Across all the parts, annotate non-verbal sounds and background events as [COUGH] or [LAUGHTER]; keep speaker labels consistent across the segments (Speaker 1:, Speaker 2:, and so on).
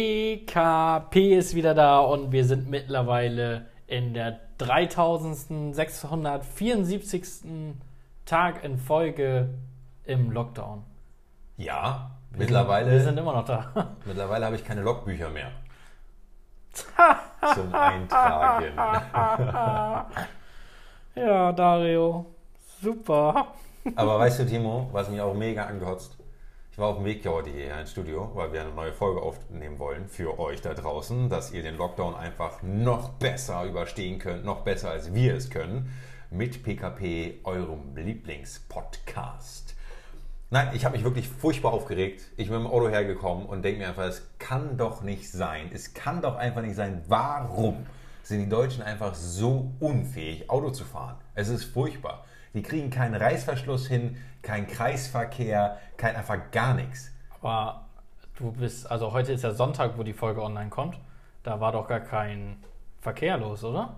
Speaker 1: PKP ist wieder da und wir sind mittlerweile in der 3674. Tag in Folge im Lockdown.
Speaker 2: Ja,
Speaker 1: Wir
Speaker 2: mittlerweile,
Speaker 1: sind immer noch da.
Speaker 2: mittlerweile habe ich keine Logbücher mehr. Zum Eintragen.
Speaker 1: [LAUGHS] ja, Dario. Super.
Speaker 2: Aber weißt du, Timo, was mich auch mega angehotzt? Ich war auf dem Weg ja heute hierher ins Studio, weil wir eine neue Folge aufnehmen wollen für euch da draußen, dass ihr den Lockdown einfach noch besser überstehen könnt, noch besser als wir es können, mit PKP, eurem Lieblingspodcast. Nein, ich habe mich wirklich furchtbar aufgeregt. Ich bin mit dem Auto hergekommen und denke mir einfach, es kann doch nicht sein. Es kann doch einfach nicht sein. Warum sind die Deutschen einfach so unfähig, Auto zu fahren? Es ist furchtbar. Die kriegen keinen Reißverschluss hin, keinen Kreisverkehr, kein einfach gar nichts.
Speaker 1: Aber du bist, also heute ist ja Sonntag, wo die Folge online kommt. Da war doch gar kein Verkehr los, oder?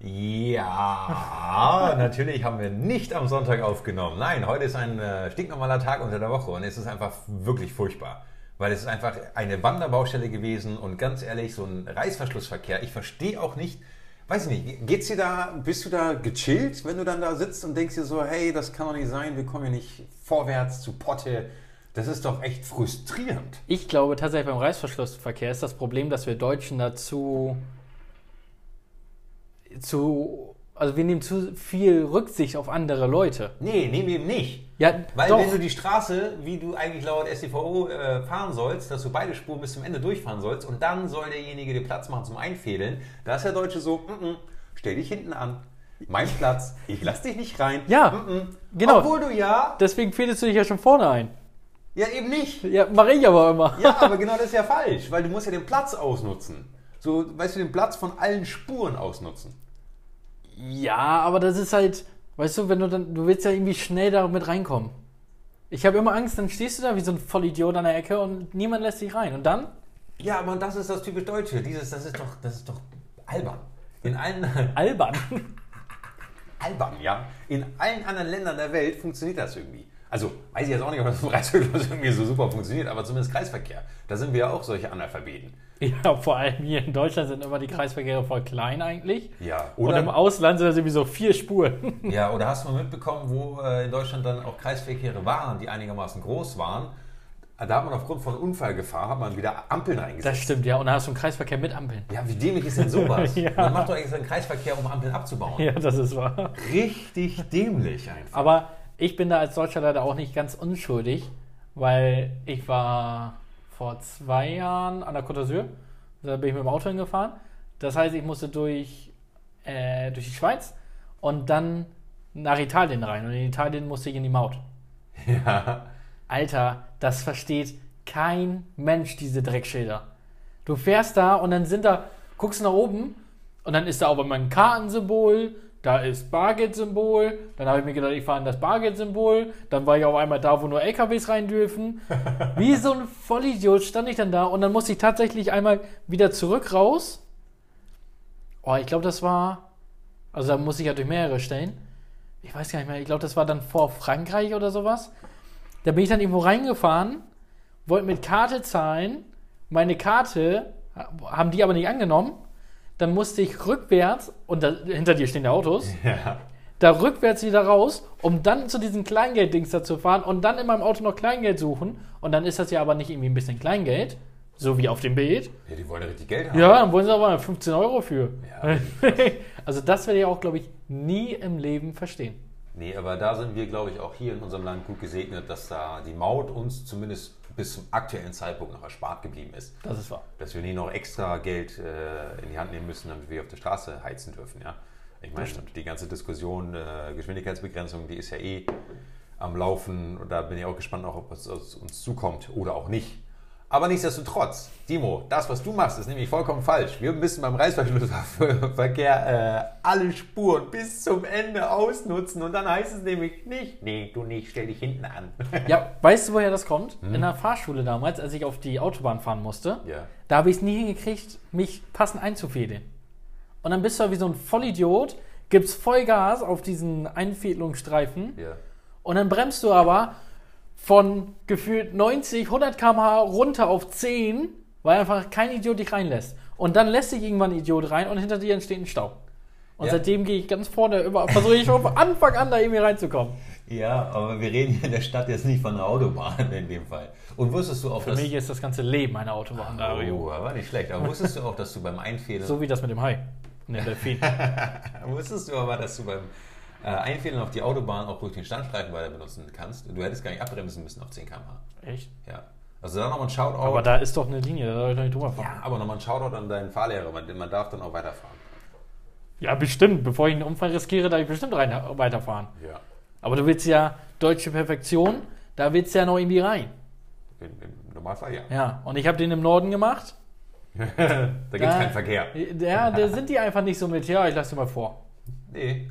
Speaker 2: Ja, [LAUGHS] natürlich haben wir nicht am Sonntag aufgenommen. Nein, heute ist ein äh, stinknormaler Tag unter der Woche und es ist einfach wirklich furchtbar. Weil es ist einfach eine Wanderbaustelle gewesen und ganz ehrlich, so ein Reißverschlussverkehr, ich verstehe auch nicht, weiß ich nicht, geht's dir da, bist du da gechillt, wenn du dann da sitzt und denkst dir so, hey, das kann doch nicht sein, wir kommen hier nicht vorwärts zu Potte. Das ist doch echt frustrierend.
Speaker 1: Ich glaube tatsächlich beim Reißverschlussverkehr ist das Problem, dass wir Deutschen dazu zu also wir nehmen zu viel Rücksicht auf andere Leute.
Speaker 2: Nee, nehmen wir eben nicht.
Speaker 1: Ja,
Speaker 2: Weil
Speaker 1: doch.
Speaker 2: wenn du die Straße, wie du eigentlich laut SDVO äh, fahren sollst, dass du beide Spuren bis zum Ende durchfahren sollst und dann soll derjenige dir Platz machen zum Einfädeln, da ist der Deutsche so, mm -mm, stell dich hinten an, mein Platz, ich lass dich nicht rein. Mm,
Speaker 1: Ja, genau.
Speaker 2: Obwohl du ja,
Speaker 1: Deswegen fädelst du dich ja schon vorne ein.
Speaker 2: ja
Speaker 1: [LAUGHS]
Speaker 2: eben nicht.
Speaker 1: Ja, mache ich aber immer.
Speaker 2: Ja, aber genau das ist ja falsch, weil du musst ja den Platz ausnutzen. So, weißt du, den Platz von allen Spuren ausnutzen.
Speaker 1: Ja, aber das ist halt, weißt du, wenn du dann, du willst ja irgendwie schnell da mit reinkommen. Ich habe immer Angst, dann stehst du da wie so ein Vollidiot an der Ecke und niemand lässt dich rein. Und dann?
Speaker 2: Ja, aber das ist das typisch Deutsche. Dieses, das ist doch, das ist doch albern. In allen,
Speaker 1: Albern. [LAUGHS]
Speaker 2: albern, ja. In allen anderen Ländern der Welt funktioniert das irgendwie. Also weiß ich jetzt auch nicht, ob das im [LAUGHS] Reißverschluss irgendwie so super funktioniert, aber zumindest Kreisverkehr. Da sind wir ja auch solche Analphabeten.
Speaker 1: Ja, vor allem hier in Deutschland sind immer die Kreisverkehre voll klein eigentlich.
Speaker 2: Ja.
Speaker 1: Und im
Speaker 2: Oder,
Speaker 1: Ausland sind das irgendwie so vier Spuren. [LAUGHS]
Speaker 2: ja, oder hast du mal mitbekommen, wo äh, in Deutschland dann auch Kreisverkehre waren, die einigermaßen groß waren? Da hat man aufgrund von Unfallgefahr hat man wieder Ampeln
Speaker 1: Das
Speaker 2: reingesetzt.
Speaker 1: stimmt, ja. Und da hast du einen Kreisverkehr mit Ampeln.
Speaker 2: ja, wie dämlich ist denn sowas?
Speaker 1: [LAUGHS] Ja.
Speaker 2: Man macht doch extra einen Kreisverkehr, um Ampeln abzubauen.
Speaker 1: Ja, das ist wahr.
Speaker 2: Richtig dämlich einfach.
Speaker 1: Aber ich bin da als Deutscher leider auch nicht ganz unschuldig, weil ich war vor zwei Jahren an der Côte d'Azur. Da bin ich mit dem Auto hingefahren. Das heißt, ich musste durch, äh, durch die Schweiz und dann nach Italien rein. Und in Italien musste ich in die Maut.
Speaker 2: Ja.
Speaker 1: Alter, das versteht kein Mensch, diese Dreckschilder. Du fährst da und dann sind da, guckst nach oben und dann ist da aber mein Kartensymbol, da ist Bargeldsymbol, dann habe ich mir gedacht, ich fahre in das Bargeldsymbol, dann war ich auf einmal da, wo nur LKWs rein dürfen. Wie so ein Vollidiot stand ich dann da und dann musste ich tatsächlich einmal wieder zurück raus. Oh, ich glaube, das war, also da muss ich ja durch mehrere stellen. Ich weiß gar nicht mehr, ich glaube, das war dann vor Frankreich oder sowas. Da bin ich dann irgendwo reingefahren, wollte mit Karte zahlen. Meine Karte ha- haben die aber nicht angenommen. Dann musste ich rückwärts, und da, hinter dir stehen ja Autos,
Speaker 2: ja.
Speaker 1: da rückwärts wieder raus, um dann zu diesen Kleingelddings da zu fahren und dann in meinem Auto noch Kleingeld suchen. Und dann ist das ja aber nicht irgendwie ein bisschen Kleingeld, so wie auf dem Bild.
Speaker 2: Ja, die wollen ja richtig Geld haben.
Speaker 1: Ja, dann wollen sie aber 15 Euro für.
Speaker 2: Ja.
Speaker 1: [LAUGHS] also das werde ich auch, glaube ich, nie im Leben verstehen.
Speaker 2: Nee, aber da sind wir, glaube ich, auch hier in unserem Land gut gesegnet, dass da die Maut uns zumindest bis zum aktuellen Zeitpunkt noch erspart geblieben ist.
Speaker 1: Das ist wahr.
Speaker 2: Dass wir nie noch extra Geld äh, in die Hand nehmen müssen, damit wir auf der Straße heizen dürfen. Ja? Ich meine, die ganze Diskussion äh, Geschwindigkeitsbegrenzung, die ist ja eh am Laufen. Und da bin ich auch gespannt, auch, ob es aus uns zukommt oder auch nicht. Aber nichtsdestotrotz, Dimo, das, was du machst, ist nämlich vollkommen falsch. Wir müssen beim Reißverschlussverkehr [LAUGHS] äh, alle Spuren bis zum Ende ausnutzen und dann heißt es nämlich nicht, nee, du nicht, stell dich hinten an. [LAUGHS]
Speaker 1: Ja, weißt du, woher das kommt?
Speaker 2: Hm?
Speaker 1: In der Fahrschule damals, als ich auf die Autobahn fahren musste,
Speaker 2: Ja.
Speaker 1: da habe ich es nie hingekriegt, mich passend einzufädeln. Und dann bist du wie so ein Vollidiot, gibst Vollgas auf diesen Einfädelungsstreifen
Speaker 2: ja.
Speaker 1: und dann bremst du aber von gefühlt 90, 100 km/h runter auf 10 weil einfach kein Idiot dich reinlässt. Und dann lässt sich irgendwann ein Idiot rein und hinter dir entsteht ein Stau. Und
Speaker 2: Ja.
Speaker 1: seitdem gehe ich ganz vorne über, versuche ich von Anfang an da irgendwie reinzukommen.
Speaker 2: Ja, aber wir reden hier in der Stadt jetzt nicht von einer Autobahn in dem Fall. Und wusstest du auch,
Speaker 1: Für
Speaker 2: dass...
Speaker 1: mich ist das ganze Leben eine Autobahn, Dario.
Speaker 2: Oh, war nicht schlecht. Aber wusstest du auch, dass du beim Einfädeln...
Speaker 1: So wie das mit dem Hai und dem [LAUGHS] Delfin.
Speaker 2: [LAUGHS] Wusstest du aber, dass du beim äh, Einfädeln auf die Autobahn auch ruhig den Standstreifen weiter benutzen kannst? Du hättest gar nicht abbremsen müssen auf 10 km/h.
Speaker 1: Echt?
Speaker 2: Ja. Also dann nochmal ein Shoutout.
Speaker 1: Aber da ist doch eine Linie, da soll ich doch nicht drüber fahren.
Speaker 2: ja, aber nochmal ein Shoutout an deinen Fahrlehrer, man, man darf dann auch weiterfahren.
Speaker 1: Ja. bestimmt. Bevor ich einen Unfall riskiere, darf ich bestimmt rein, weiterfahren.
Speaker 2: Ja.
Speaker 1: Aber du willst ja deutsche Perfektion, da willst du ja noch irgendwie rein.
Speaker 2: Im, im Normalfall ja.
Speaker 1: Ja, und ich habe den im Norden gemacht.
Speaker 2: [LAUGHS] Da gibt es
Speaker 1: Da-
Speaker 2: keinen Verkehr.
Speaker 1: Ja, da sind die einfach nicht so mit, ja, ich lasse dir mal vor.
Speaker 2: Nee.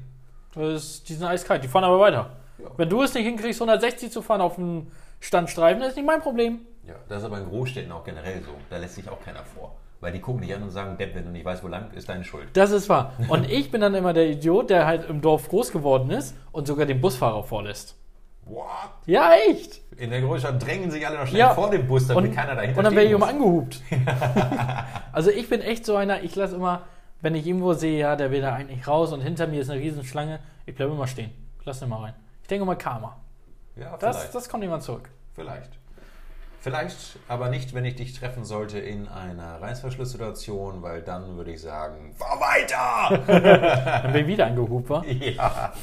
Speaker 1: Das ist, die sind eiskalt, die fahren aber weiter.
Speaker 2: Ja.
Speaker 1: Wenn du es nicht hinkriegst, 160 zu fahren auf dem Standstreifen, das ist nicht mein Problem.
Speaker 2: Ja, das ist aber in Großstädten auch generell so. Da lässt sich auch keiner vor. Weil die gucken dich an und sagen, Depp, wenn du nicht weißt, wo lang, ist deine Schuld.
Speaker 1: Das ist wahr. Und ich bin dann immer der Idiot, der halt im Dorf groß geworden ist und sogar den Busfahrer vorlässt.
Speaker 2: What?
Speaker 1: Ja, echt.
Speaker 2: In der Großstadt drängen sich alle noch schnell
Speaker 1: Ja.
Speaker 2: vor dem Bus, damit
Speaker 1: Und,
Speaker 2: keiner dahinter
Speaker 1: und dann werde ich um
Speaker 2: stehen
Speaker 1: immer
Speaker 2: muss.
Speaker 1: angehupt.
Speaker 2: [LAUGHS]
Speaker 1: also ich bin echt so einer, ich lasse immer, wenn ich irgendwo sehe, ja, der will da eigentlich raus und hinter mir ist eine Riesenschlange, ich bleibe immer stehen. Ich lasse den mal rein. Ich denke mal Karma.
Speaker 2: Ja,
Speaker 1: Das,
Speaker 2: vielleicht.
Speaker 1: das kommt irgendwann zurück.
Speaker 2: Vielleicht. Vielleicht, aber nicht, wenn ich dich treffen sollte in einer Reißverschlusssituation, weil dann würde ich sagen,
Speaker 1: [LAUGHS]
Speaker 2: fahr weiter!
Speaker 1: Dann bin ich wieder angehupt,
Speaker 2: [LAUGHS]
Speaker 1: wa?
Speaker 2: ja.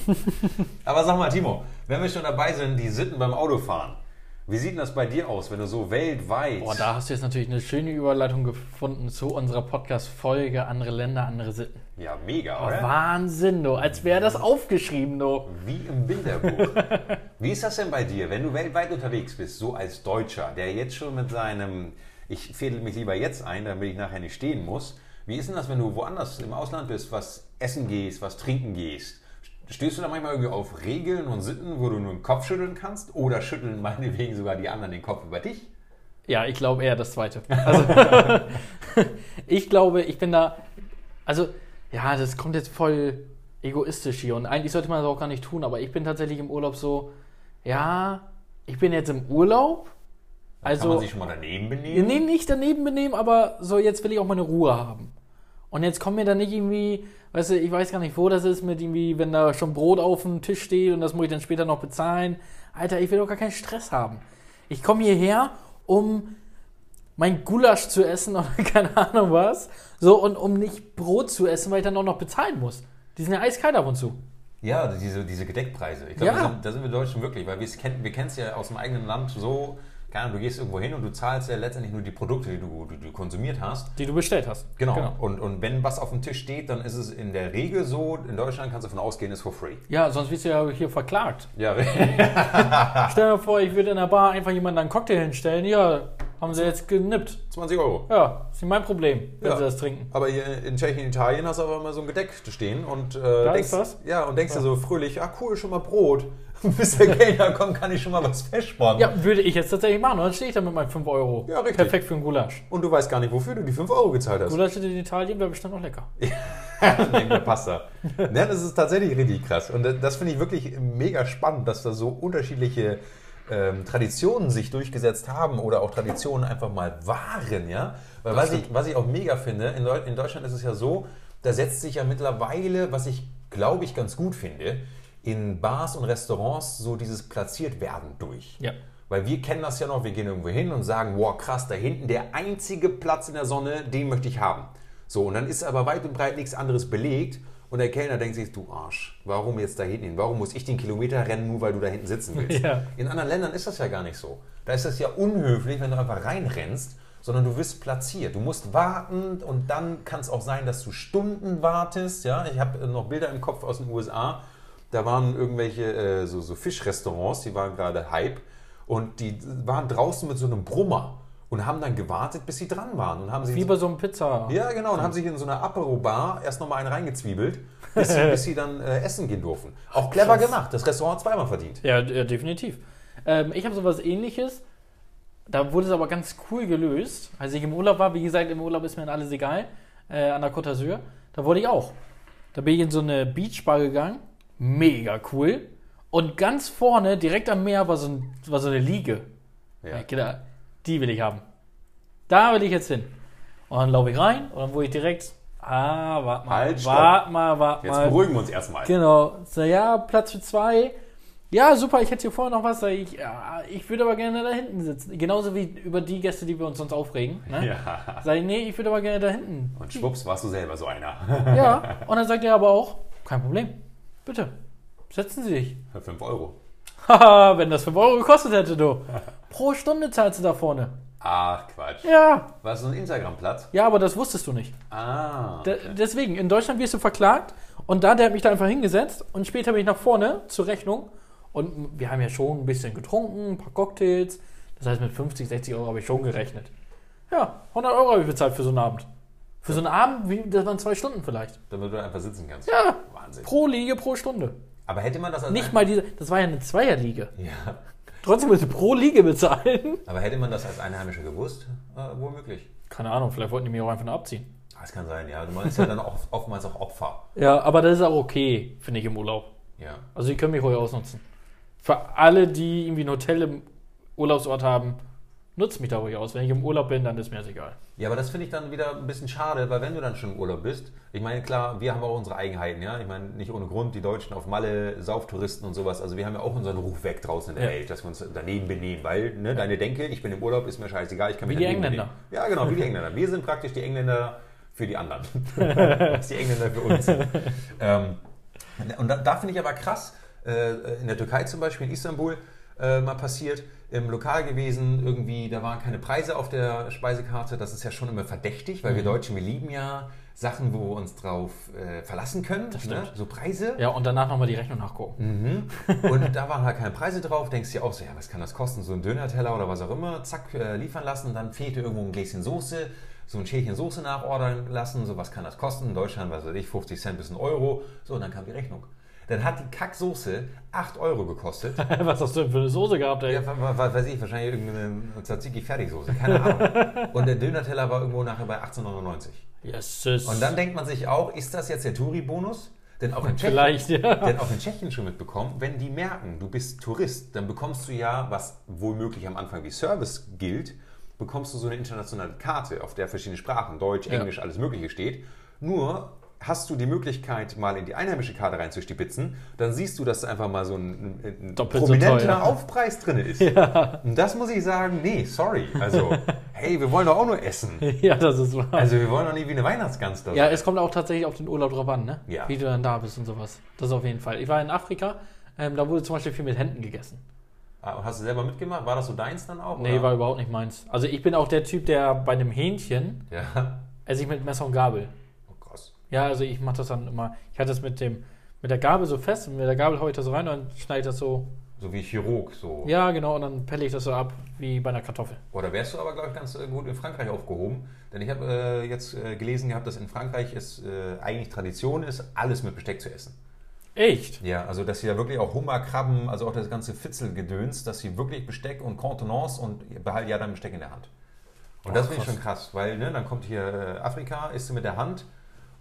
Speaker 2: Aber sag mal, Timo, wenn wir schon dabei sind, die Sitten beim Autofahren. Wie sieht denn das bei dir aus, wenn du so weltweit...
Speaker 1: Boah, da hast du jetzt natürlich eine schöne Überleitung gefunden zu unserer Podcast-Folge Andere Länder, andere Sitten.
Speaker 2: ja, mega,
Speaker 1: Oh,
Speaker 2: oder?
Speaker 1: Wahnsinn, du. Als wäre das aufgeschrieben, du.
Speaker 2: Wie im
Speaker 1: [LAUGHS]
Speaker 2: Bilderbuch. Wie ist das denn bei dir, wenn du weltweit unterwegs bist, so als Deutscher, der jetzt schon mit seinem, ich fädel mich lieber jetzt ein, damit ich nachher nicht stehen muss. Wie ist denn das, wenn du woanders im Ausland bist, was essen gehst, was trinken gehst? Stößt du da manchmal irgendwie auf Regeln und Sitten, wo du nur den Kopf schütteln kannst? Oder schütteln meinetwegen sogar die anderen den Kopf über dich?
Speaker 1: Ja, ich glaube eher das
Speaker 2: [LAUGHS]
Speaker 1: zweite. Also, [LAUGHS] ich glaube, ich bin da. Also, ja, das kommt jetzt voll egoistisch hier und eigentlich sollte man das auch gar nicht tun, aber ich bin tatsächlich im Urlaub so, ja, ich bin jetzt im Urlaub.
Speaker 2: Kann man
Speaker 1: Also,
Speaker 2: sich schon mal daneben benehmen?
Speaker 1: nee, nicht daneben benehmen, aber so, jetzt will ich auch meine Ruhe haben. Und jetzt kommt mir da nicht irgendwie, weißt du, ich weiß gar nicht, wo das ist, mit irgendwie, wenn da schon Brot auf dem Tisch steht und das muss ich dann später noch bezahlen. Alter, ich will doch gar keinen Stress haben. Ich komme hierher, um mein Gulasch zu essen [LAUGHS] oder keine Ahnung was. So, und um nicht Brot zu essen, weil ich dann auch noch bezahlen muss. Die sind ja eiskalt ab und zu.
Speaker 2: Ja, diese, diese Gedeckpreise. Ich glaube,
Speaker 1: Ja.
Speaker 2: da, sind, da sind wir Deutschen wirklich, weil wir es kennen, wir kennen es ja aus dem eigenen Land so, keine Ahnung, du gehst irgendwo hin und du zahlst ja letztendlich nur die Produkte, die du, die du konsumiert hast.
Speaker 1: Die du bestellt hast.
Speaker 2: Genau. Und, und wenn was auf dem Tisch steht, dann ist es in der Regel so, in Deutschland kannst du davon ausgehen, ist for free.
Speaker 1: Ja, sonst wirst du ja hier verklagt.
Speaker 2: Ja, [LAUGHS]
Speaker 1: Stell dir vor, ich würde in der Bar einfach jemanden einen Cocktail hinstellen. Ja, haben sie jetzt genippt.
Speaker 2: 20 Euro.
Speaker 1: Ja, ist nicht mein Problem, wenn
Speaker 2: Ja.
Speaker 1: sie das trinken.
Speaker 2: Aber hier in Tschechien, Italien hast du aber immer so ein Gedeck stehen und äh, denkst,
Speaker 1: ist was?
Speaker 2: Ja, und denkst dir so fröhlich, ah cool, schon mal Brot. [LAUGHS] Bis der Kellner kommt, kann ich schon mal was festsparen.
Speaker 1: Ja, würde ich jetzt tatsächlich machen. Und dann stehe ich da mit meinen 5 Euro.
Speaker 2: Ja, richtig.
Speaker 1: Perfekt für einen Gulasch.
Speaker 2: Und du weißt gar nicht, wofür du die 5 Euro gezahlt hast.
Speaker 1: Gulasch in Italien wäre bestimmt noch lecker.
Speaker 2: neben der Pasta. Ja, das ist tatsächlich richtig krass. Und das finde ich wirklich mega spannend, dass da so unterschiedliche ähm, Traditionen sich durchgesetzt haben oder auch Traditionen einfach mal waren, ja. Weil was ich, was ich auch mega finde, in, Deu in Deutschland ist es ja so, da setzt sich ja mittlerweile, was ich glaube ich ganz gut finde, in Bars und Restaurants so dieses platziert werden durch.
Speaker 1: Ja.
Speaker 2: Weil wir kennen das ja noch, wir gehen irgendwo hin und sagen, wow, krass, da hinten der einzige Platz in der Sonne, den möchte ich haben. So, und dann ist aber weit und breit nichts anderes belegt. Und der Kellner denkt sich, du Arsch, warum jetzt da hinten hin? Warum muss ich den Kilometer rennen, nur weil du da hinten sitzen willst?
Speaker 1: Ja.
Speaker 2: In anderen Ländern ist das ja gar nicht so. Da ist das ja unhöflich, wenn du einfach reinrennst, sondern du wirst platziert. Du musst warten und dann kann es auch sein, dass du Stunden wartest. Ja, ich habe äh, noch Bilder im Kopf aus den USA. Da waren irgendwelche äh, so, so Fischrestaurants, die waren gerade Hype und die waren draußen mit so einem Brummer und haben dann gewartet, bis sie dran waren und haben sich
Speaker 1: Wie bei so einem Pizza.
Speaker 2: ja, genau. Und haben sich in so einer Apero-Bar erst nochmal einen reingezwiebelt, bis
Speaker 1: [LAUGHS]
Speaker 2: sie, bis sie dann äh, essen gehen durften. Auch clever gemacht. Das Restaurant hat zweimal verdient.
Speaker 1: Ja, ja definitiv. Ähm, ich habe sowas ähnliches. Da wurde es aber ganz cool gelöst. Als ich im Urlaub war, wie gesagt, im Urlaub ist mir dann alles egal, äh, an der Côte d'Azur, da wurde ich auch. Da bin ich in so eine Beachbar gegangen. Mega cool. Und ganz vorne, direkt am Meer, war so, ein, war so eine Liege.
Speaker 2: Ja.
Speaker 1: Ich gedacht, die will ich haben. da will ich jetzt hin. Und dann laufe ich rein und dann wurde ich direkt, ah, warte mal,
Speaker 2: Halt, stopp.
Speaker 1: wart mal, wart
Speaker 2: Jetzt
Speaker 1: mal.
Speaker 2: beruhigen wir uns erstmal.
Speaker 1: Genau. So, ja, Platz für zwei. Ja, super, ich hätte hier vorher noch was. Sag Ich, ja, ich würde aber gerne da hinten sitzen. Genauso wie über die Gäste, die wir uns sonst aufregen. Ne?
Speaker 2: Ja.
Speaker 1: Sag ich, nee, ich würde aber gerne da hinten.
Speaker 2: Und schwupps, warst du selber so einer. [LAUGHS]
Speaker 1: Ja. Und dann sagt er aber auch, kein Problem. Bitte, setzen Sie dich.
Speaker 2: Für 5 Euro.
Speaker 1: Haha, [LAUGHS] wenn das 5 Euro gekostet hätte, du. Pro Stunde zahlst du da vorne.
Speaker 2: Ach, Quatsch.
Speaker 1: Ja.
Speaker 2: War es so ein Instagram-Platz?
Speaker 1: Ja, aber das wusstest du nicht.
Speaker 2: Ah.
Speaker 1: Da- Deswegen, in Deutschland wirst du verklagt und da, der hat mich da einfach hingesetzt und später bin ich nach vorne zur Rechnung und wir haben ja schon ein bisschen getrunken, ein paar Cocktails. Das heißt, mit 50, 60 Euro habe ich schon gerechnet. Ja, 100 Euro habe ich bezahlt für so einen Abend. Für so einen Abend, wie, das waren zwei Stunden vielleicht.
Speaker 2: Damit du einfach sitzen kannst.
Speaker 1: Ja,
Speaker 2: Wahnsinn.
Speaker 1: pro Liege, pro Stunde.
Speaker 2: Aber hätte man das als
Speaker 1: Nicht
Speaker 2: ein-
Speaker 1: mal diese, das war ja eine Zweierliege.
Speaker 2: Ja.
Speaker 1: Trotzdem musst du pro Liege bezahlen. [LAUGHS]
Speaker 2: Aber hätte man das als Einheimische gewusst? Äh, womöglich.
Speaker 1: Keine Ahnung, vielleicht wollten die mich auch einfach nur abziehen.
Speaker 2: Das kann sein, ja. Man ist ja dann auch oftmals auch Opfer.
Speaker 1: Ja, aber das ist auch okay, finde ich im Urlaub.
Speaker 2: Ja.
Speaker 1: Also die können mich ruhig ausnutzen. Für alle, die irgendwie ein Hotel im Urlaubsort haben, nutzt mich da ruhig aus. Wenn ich im Urlaub bin, dann ist mir das egal.
Speaker 2: Ja, aber das finde ich dann wieder ein bisschen schade, weil wenn du dann schon im Urlaub bist, ich meine, klar, wir haben auch unsere Eigenheiten, ja. Ich meine, nicht ohne Grund, die Deutschen auf Malle, Sauftouristen und sowas, also wir haben ja auch unseren Ruf weg draußen in der
Speaker 1: Ja.
Speaker 2: Welt, dass wir uns daneben benehmen, weil, ne, deine Denke, ich bin im Urlaub, ist mir scheißegal, ich kann mich
Speaker 1: die
Speaker 2: daneben
Speaker 1: Engländer.
Speaker 2: benehmen. Ja, genau, wie die Engländer. Wir sind praktisch die Engländer für
Speaker 1: [LAUGHS]
Speaker 2: die anderen. Was die Engländer für uns sind. ähm, und da, da finde ich aber krass, äh, in der Türkei zum Beispiel, in Istanbul, äh, mal passiert, im Lokal gewesen, irgendwie, da waren keine Preise auf der Speisekarte. Das ist ja schon immer verdächtig, weil wir Deutschen, wir lieben ja Sachen, wo wir uns drauf äh, verlassen können. Ne?
Speaker 1: stimmt.
Speaker 2: So Preise.
Speaker 1: Ja, und danach nochmal die Rechnung nachgucken.
Speaker 2: Und da waren halt keine Preise drauf. Denkst dir auch so, ja, was kann das kosten? So ein Dönerteller oder was auch immer. Zack, äh, liefern lassen. Dann fehlte irgendwo ein Gläschen Soße. So ein Schälchen Soße nachordern lassen. So, was kann das kosten? In Deutschland, was weiß ich, 50 Cent bis ein Euro. So, und dann kam die Rechnung. Dann hat die Kacksoße 8 Euro gekostet.
Speaker 1: [LAUGHS] Was hast du denn für eine Soße gehabt, ey?
Speaker 2: Mhm. Ja, wa- wa- wa- weiß ich, wahrscheinlich irgendeine Tzatziki-Fertigsoße. Keine Ahnung. Und der Dönerteller war irgendwo nachher bei 18,99.
Speaker 1: Yes,
Speaker 2: Und dann denkt man sich auch, ist das jetzt der Touri-Bonus? Denn auch in Tschechien
Speaker 1: Vielleicht, [LAUGHS] ja.
Speaker 2: denn auch in Tschechien schon mitbekommen, wenn die merken, du bist Tourist, dann bekommst du ja, was wohl möglich am Anfang wie Service gilt, bekommst du so eine internationale Karte, auf der verschiedene Sprachen, Deutsch,
Speaker 1: Ja.
Speaker 2: Englisch, alles Mögliche steht. Nur hast du die Möglichkeit, mal in die einheimische Karte reinzustipitzen, dann siehst du, dass da einfach mal so ein, ein, ein
Speaker 1: Doppelt so
Speaker 2: prominenter
Speaker 1: teuer.
Speaker 2: Aufpreis drin ist. Und das muss ich sagen, nee, sorry.
Speaker 1: [LAUGHS]
Speaker 2: Also, hey, wir wollen doch auch nur essen.
Speaker 1: Ja, das ist wahr.
Speaker 2: Also, wir wollen doch nicht wie eine Weihnachtsgans da
Speaker 1: ja, es kommt auch tatsächlich auf den Urlaub drauf an, ne?
Speaker 2: Ja.
Speaker 1: Wie du dann da bist und sowas. Das auf jeden Fall. Ich war in Afrika, ähm, da wurde zum Beispiel viel mit Händen gegessen.
Speaker 2: Ah, Hast du selber mitgemacht? War das so deins dann auch?
Speaker 1: Nee,
Speaker 2: oder?
Speaker 1: war überhaupt nicht meins. Also ich bin auch der Typ, der bei einem Hähnchen
Speaker 2: Ja.
Speaker 1: esse ich mit Messer und Gabel.
Speaker 2: Oh, krass.
Speaker 1: Ja, also ich mache das dann immer. Ich hatte das mit dem mit der Gabel so fest und mit der Gabel haue ich das rein und dann schneide ich das so.
Speaker 2: So wie Chirurg, so.
Speaker 1: Ja, genau, und dann pelle ich das so ab wie bei einer Kartoffel.
Speaker 2: Oder wärst du aber, glaube ich, ganz äh, gut in Frankreich aufgehoben? Denn ich habe äh, jetzt äh, gelesen gehabt, dass in Frankreich es äh, eigentlich Tradition ist, alles mit Besteck zu essen.
Speaker 1: Echt?
Speaker 2: Ja, also dass sie da wirklich auch Hummer, Krabben, also auch das ganze Fitzelgedöns, dass sie wirklich Besteck und Kontenance und behalt ja dein Besteck in der Hand. Und
Speaker 1: Oh,
Speaker 2: das finde ich
Speaker 1: krass.
Speaker 2: schon krass, weil ne, dann kommt hier äh, Afrika, isst du mit der Hand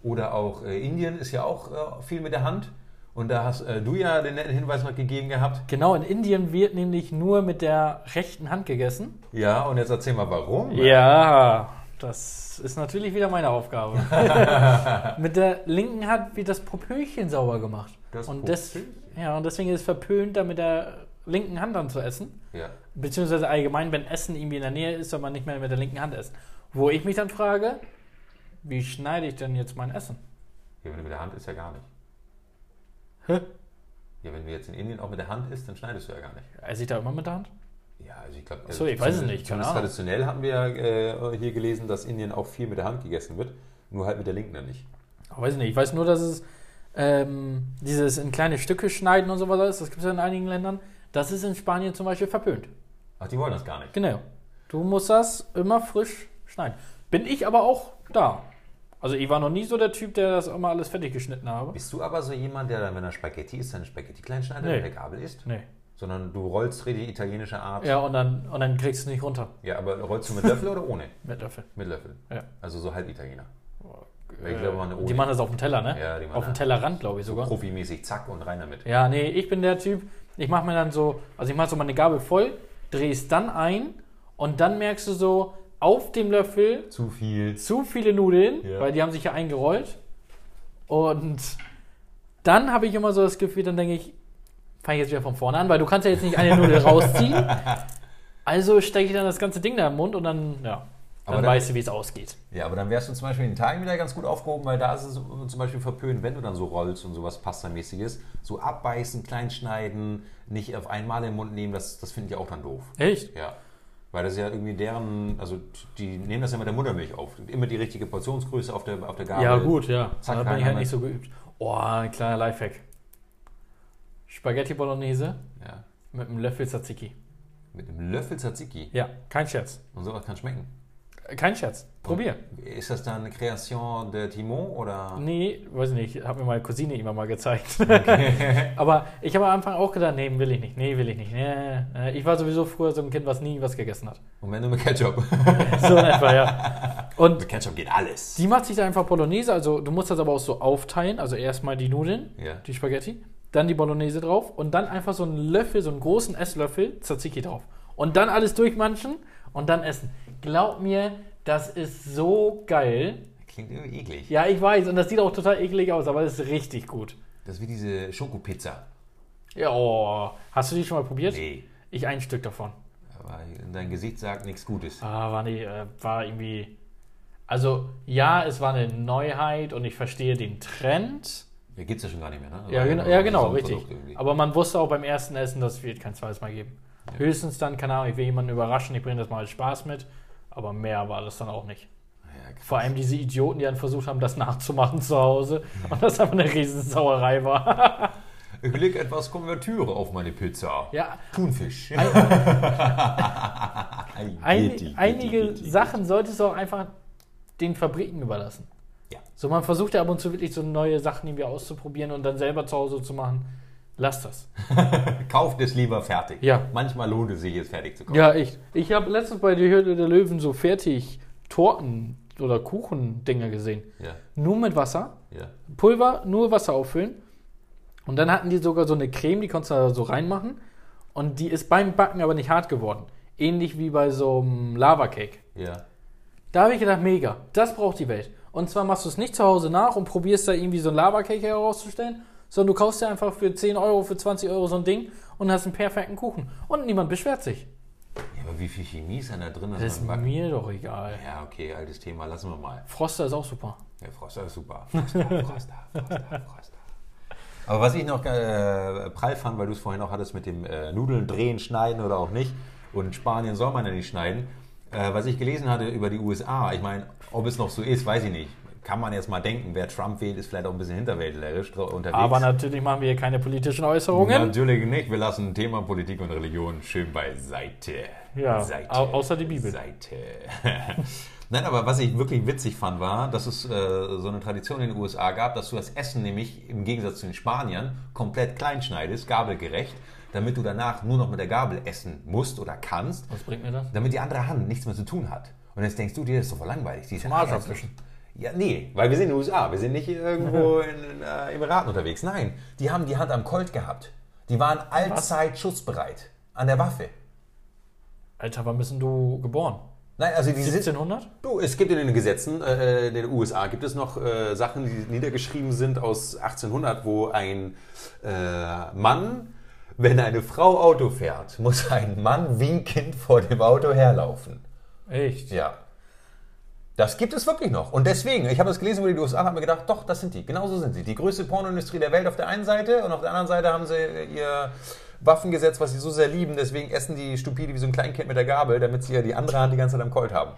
Speaker 2: oder auch äh, Indien ist ja auch äh, viel mit der Hand. Und da hast äh, du ja den netten Hinweis noch gegeben gehabt.
Speaker 1: Genau, in Indien wird nämlich nur mit der rechten Hand gegessen.
Speaker 2: Ja, und jetzt erzähl mal warum.
Speaker 1: Ja, das ist natürlich wieder meine Aufgabe. mit der linken Hand wird das Popöchen sauber gemacht.
Speaker 2: Das
Speaker 1: und, des,
Speaker 2: Popöchen?
Speaker 1: ja, und deswegen ist es verpönt, da mit der linken Hand dann zu essen.
Speaker 2: ja.
Speaker 1: Beziehungsweise allgemein, wenn Essen irgendwie in der Nähe ist, soll man nicht mehr mit der linken Hand essen. Wo ich mich dann frage, wie schneide ich denn jetzt mein Essen?
Speaker 2: Ja, wenn du mit der Hand isst, ja gar nicht.
Speaker 1: Hä?
Speaker 2: Ja, wenn du jetzt in Indien auch mit der Hand isst, dann schneidest du ja gar nicht.
Speaker 1: Esse ich da immer mit der Hand?
Speaker 2: Ja, also ich glaube.
Speaker 1: so, ich weiß es nicht, keine Ahnung.
Speaker 2: traditionell haben wir ja äh, hier gelesen, dass Indien auch viel mit der Hand gegessen wird, nur halt mit der linken dann nicht.
Speaker 1: Ich weiß nicht. Ich weiß nur, dass es ähm, dieses in kleine Stücke schneiden und sowas ist. Das gibt es ja in einigen Ländern. Das ist in Spanien zum Beispiel verpönt.
Speaker 2: Ach, die wollen das gar nicht.
Speaker 1: Genau. Du musst das immer frisch schneiden. Bin ich aber auch da. Also ich war noch nie so der Typ, der das immer alles fertig geschnitten habe.
Speaker 2: Bist du aber so jemand, der dann, wenn er Spaghetti isst, seine Spaghetti klein schneidet
Speaker 1: Nee.
Speaker 2: mit der Gabel isst?
Speaker 1: Nee.
Speaker 2: Sondern du rollst richtig italienische Art.
Speaker 1: Ja, und dann, und dann kriegst du nicht runter
Speaker 2: Ja, aber rollst du mit Löffel oder ohne?
Speaker 1: mit Löffel.
Speaker 2: Mit Löffel.
Speaker 1: Ja.
Speaker 2: Also so halb Italiener.
Speaker 1: Äh,
Speaker 2: Ich glaube, man ohne.
Speaker 1: Die machen das auf dem Teller, ne?
Speaker 2: Ja, die machen
Speaker 1: auf dem
Speaker 2: das.
Speaker 1: Tellerrand, glaube ich sogar.
Speaker 2: profimäßig zack und rein damit.
Speaker 1: Ja, nee, ich bin der Typ, ich mache mir dann so, also ich mache so meine Gabel voll, drehe es dann ein und dann merkst du so, auf dem Löffel
Speaker 2: Zu viel.
Speaker 1: zu viele Nudeln,
Speaker 2: Ja.
Speaker 1: weil die haben sich ja eingerollt. Und dann habe ich immer so das Gefühl, dann denke ich, fange ich jetzt wieder von vorne an, weil du kannst ja jetzt nicht eine Nudel rausziehen. Also stecke ich dann das ganze Ding da im Mund und dann, ja,
Speaker 2: Aber
Speaker 1: dann,
Speaker 2: dann-
Speaker 1: weißt du, wie es ausgeht.
Speaker 2: Ja, aber dann wärst du zum Beispiel in Italien wieder ganz gut aufgehoben, weil da ist es zum Beispiel verpönt, wenn du dann so rollst und sowas pastamäßiges. So abbeißen, kleinschneiden, nicht auf einmal in den Mund nehmen, das, das finden die auch dann doof.
Speaker 1: Echt?
Speaker 2: Ja. Weil das ja irgendwie deren, also die nehmen das ja mit der Muttermilch auf. Immer die richtige Portionsgröße auf der, auf der Gabel.
Speaker 1: Ja, gut, ja.
Speaker 2: Zack,
Speaker 1: da
Speaker 2: rein
Speaker 1: bin ich halt
Speaker 2: damit.
Speaker 1: nicht so geübt. Oh, ein kleiner Lifehack. Spaghetti Bolognese
Speaker 2: Ja.
Speaker 1: mit einem Löffel Tzatziki.
Speaker 2: Mit einem Löffel Tzatziki.
Speaker 1: Ja, kein Scherz.
Speaker 2: Und sowas kann schmecken.
Speaker 1: Kein Scherz. Probier.
Speaker 2: Ist das dann eine Kreation der Timon oder?
Speaker 1: Nee, weiß nicht, hat mir meine Cousine immer mal gezeigt. [LAUGHS] Aber ich habe am Anfang auch gedacht, nee, will ich nicht, nee, will ich nicht. Nee, nee. Ich war sowieso früher so ein Kind, was nie was gegessen
Speaker 2: [LAUGHS]
Speaker 1: hat.
Speaker 2: Und wenn du mit Ketchup. [LAUGHS]
Speaker 1: So in etwa, ja. Und
Speaker 2: mit Ketchup geht alles.
Speaker 1: die macht sich da einfach Bolognese, also du musst das aber auch so aufteilen, also erstmal die Nudeln,
Speaker 2: Ja.
Speaker 1: die Spaghetti, dann die Bolognese drauf und dann einfach so einen Löffel, so einen großen Esslöffel Tzatziki drauf. Und dann alles durchmanschen und dann essen. Glaub mir, das ist so geil.
Speaker 2: Klingt irgendwie eklig.
Speaker 1: Ja, ich weiß, und das sieht auch total eklig aus, aber das ist richtig gut.
Speaker 2: Das ist wie diese Schokopizza.
Speaker 1: Ja, oh. Hast du die schon mal probiert?
Speaker 2: Nee.
Speaker 1: Ich ein Stück davon.
Speaker 2: Aber dein Gesicht sagt nichts Gutes.
Speaker 1: Ah, war, nicht, äh, war irgendwie. Also, ja, es war eine Neuheit und ich verstehe den Trend.
Speaker 2: Ja, gibt's ja schon gar nicht mehr, ne? Also
Speaker 1: Ja, genau, ja,
Speaker 2: so
Speaker 1: genau
Speaker 2: ein
Speaker 1: richtig.
Speaker 2: Produkt irgendwie.
Speaker 1: Aber man wusste auch beim ersten Essen, das wird kein zweites Mal geben. Höchstens dann, keine Ahnung, ich will jemanden überraschen, ich bringe das mal als Spaß mit. Aber mehr war das dann auch nicht.
Speaker 2: Ja, krass.
Speaker 1: Vor allem diese Idioten, die dann versucht haben, das nachzumachen zu Hause.
Speaker 2: Hm.
Speaker 1: Und das einfach eine Riesensauerei
Speaker 2: [LAUGHS]
Speaker 1: war.
Speaker 2: ich leg etwas Konvertüre auf meine Pizza.
Speaker 1: Ja,
Speaker 2: [LAUGHS] Thunfisch.
Speaker 1: Ein,
Speaker 2: Geht die, geht
Speaker 1: einige
Speaker 2: die, geht die, geht
Speaker 1: Sachen solltest du auch einfach den Fabriken überlassen.
Speaker 2: Ja.
Speaker 1: So, man versucht ja ab und zu wirklich so neue Sachen irgendwie auszuprobieren und dann selber zu Hause zu machen. Lass das.
Speaker 2: die. Kauft es lieber fertig.
Speaker 1: Ja.
Speaker 2: Manchmal lohnt es sich, es fertig zu kaufen.
Speaker 1: Ja, ich. Ich habe letztens bei der Hürde der Löwen so fertig Torten oder Kuchendinger gesehen.
Speaker 2: Ja.
Speaker 1: Nur mit Wasser.
Speaker 2: ja.
Speaker 1: Pulver, nur Wasser auffüllen. Und dann hatten die sogar so eine Creme, die konntest du da so reinmachen. Und die ist beim Backen aber nicht hart geworden. Ähnlich wie bei so einem Lava-Cake.
Speaker 2: ja.
Speaker 1: Da habe ich gedacht, mega, das braucht die Welt. Und zwar machst du es nicht zu Hause nach und probierst da irgendwie so einen Labercake herauszustellen, sondern du kaufst dir einfach für 10 Euro, für 20 Euro so ein Ding und hast einen perfekten Kuchen. Und niemand beschwert sich.
Speaker 2: Ja, aber wie viel Chemie ist denn da drin? dass
Speaker 1: Das ist
Speaker 2: man backt?
Speaker 1: mir doch egal.
Speaker 2: ja, okay, altes Thema, lassen wir mal.
Speaker 1: Froster ist auch super.
Speaker 2: Der Froster ist super. Froster, Froster, Froster, Froster. Aber was ich noch äh, prall fand, weil du es vorhin auch hattest mit dem äh, Nudeln drehen, schneiden oder auch nicht. Und in Spanien soll man ja nicht schneiden. Äh, was ich gelesen hatte über die USA, ich meine, ob es noch so ist, weiß ich nicht. Kann man jetzt mal denken, wer Trump wählt, ist vielleicht auch ein bisschen hinterwäldlerisch dr- unterwegs.
Speaker 1: Aber natürlich machen wir hier keine politischen Äußerungen.
Speaker 2: Natürlich nicht. Wir lassen Thema Politik und Religion schön beiseite.
Speaker 1: Ja, au- außer die Bibel.
Speaker 2: Seite. [LAUGHS] Nein, aber was ich wirklich witzig fand, war, dass es äh, so eine Tradition in den USA gab, dass du das Essen nämlich im Gegensatz zu den Spaniern komplett klein schneidest, gabelgerecht, damit du danach nur noch mit der Gabel essen musst oder kannst,
Speaker 1: Was bringt mir das?
Speaker 2: damit die andere Hand nichts mehr zu tun hat. Und jetzt denkst du dir, das ist doch voll langweilig. Die ist ja
Speaker 1: Arsch
Speaker 2: anders.
Speaker 1: abwischen.
Speaker 2: Ja, nee, weil wir sind in den USA. Wir sind nicht irgendwo in, in äh, Emiraten unterwegs. Nein, die haben die Hand am Colt gehabt. Die waren allzeit schussbereit an der Waffe.
Speaker 1: Alter, wann bist denn du geboren?
Speaker 2: Nein, also die sitzen.
Speaker 1: 1700?
Speaker 2: Du, es gibt in den Gesetzen äh, in den USA gibt es noch äh, Sachen, die niedergeschrieben sind aus 1800, wo ein äh, Mann, wenn eine Frau Auto fährt, muss ein Mann winkend vor dem Auto herlaufen.
Speaker 1: Echt?
Speaker 2: Ja. Das gibt es wirklich noch. Und deswegen, ich habe das gelesen über die USA und habe mir gedacht, doch, das sind die. Genauso sind sie. Die größte Pornoindustrie der Welt auf der einen Seite und auf der anderen Seite haben sie ihr Waffengesetz, was sie so sehr lieben. Deswegen essen die Stupide wie so ein Kleinkind mit der Gabel, damit sie ja die andere Hand die ganze Zeit am Colt haben.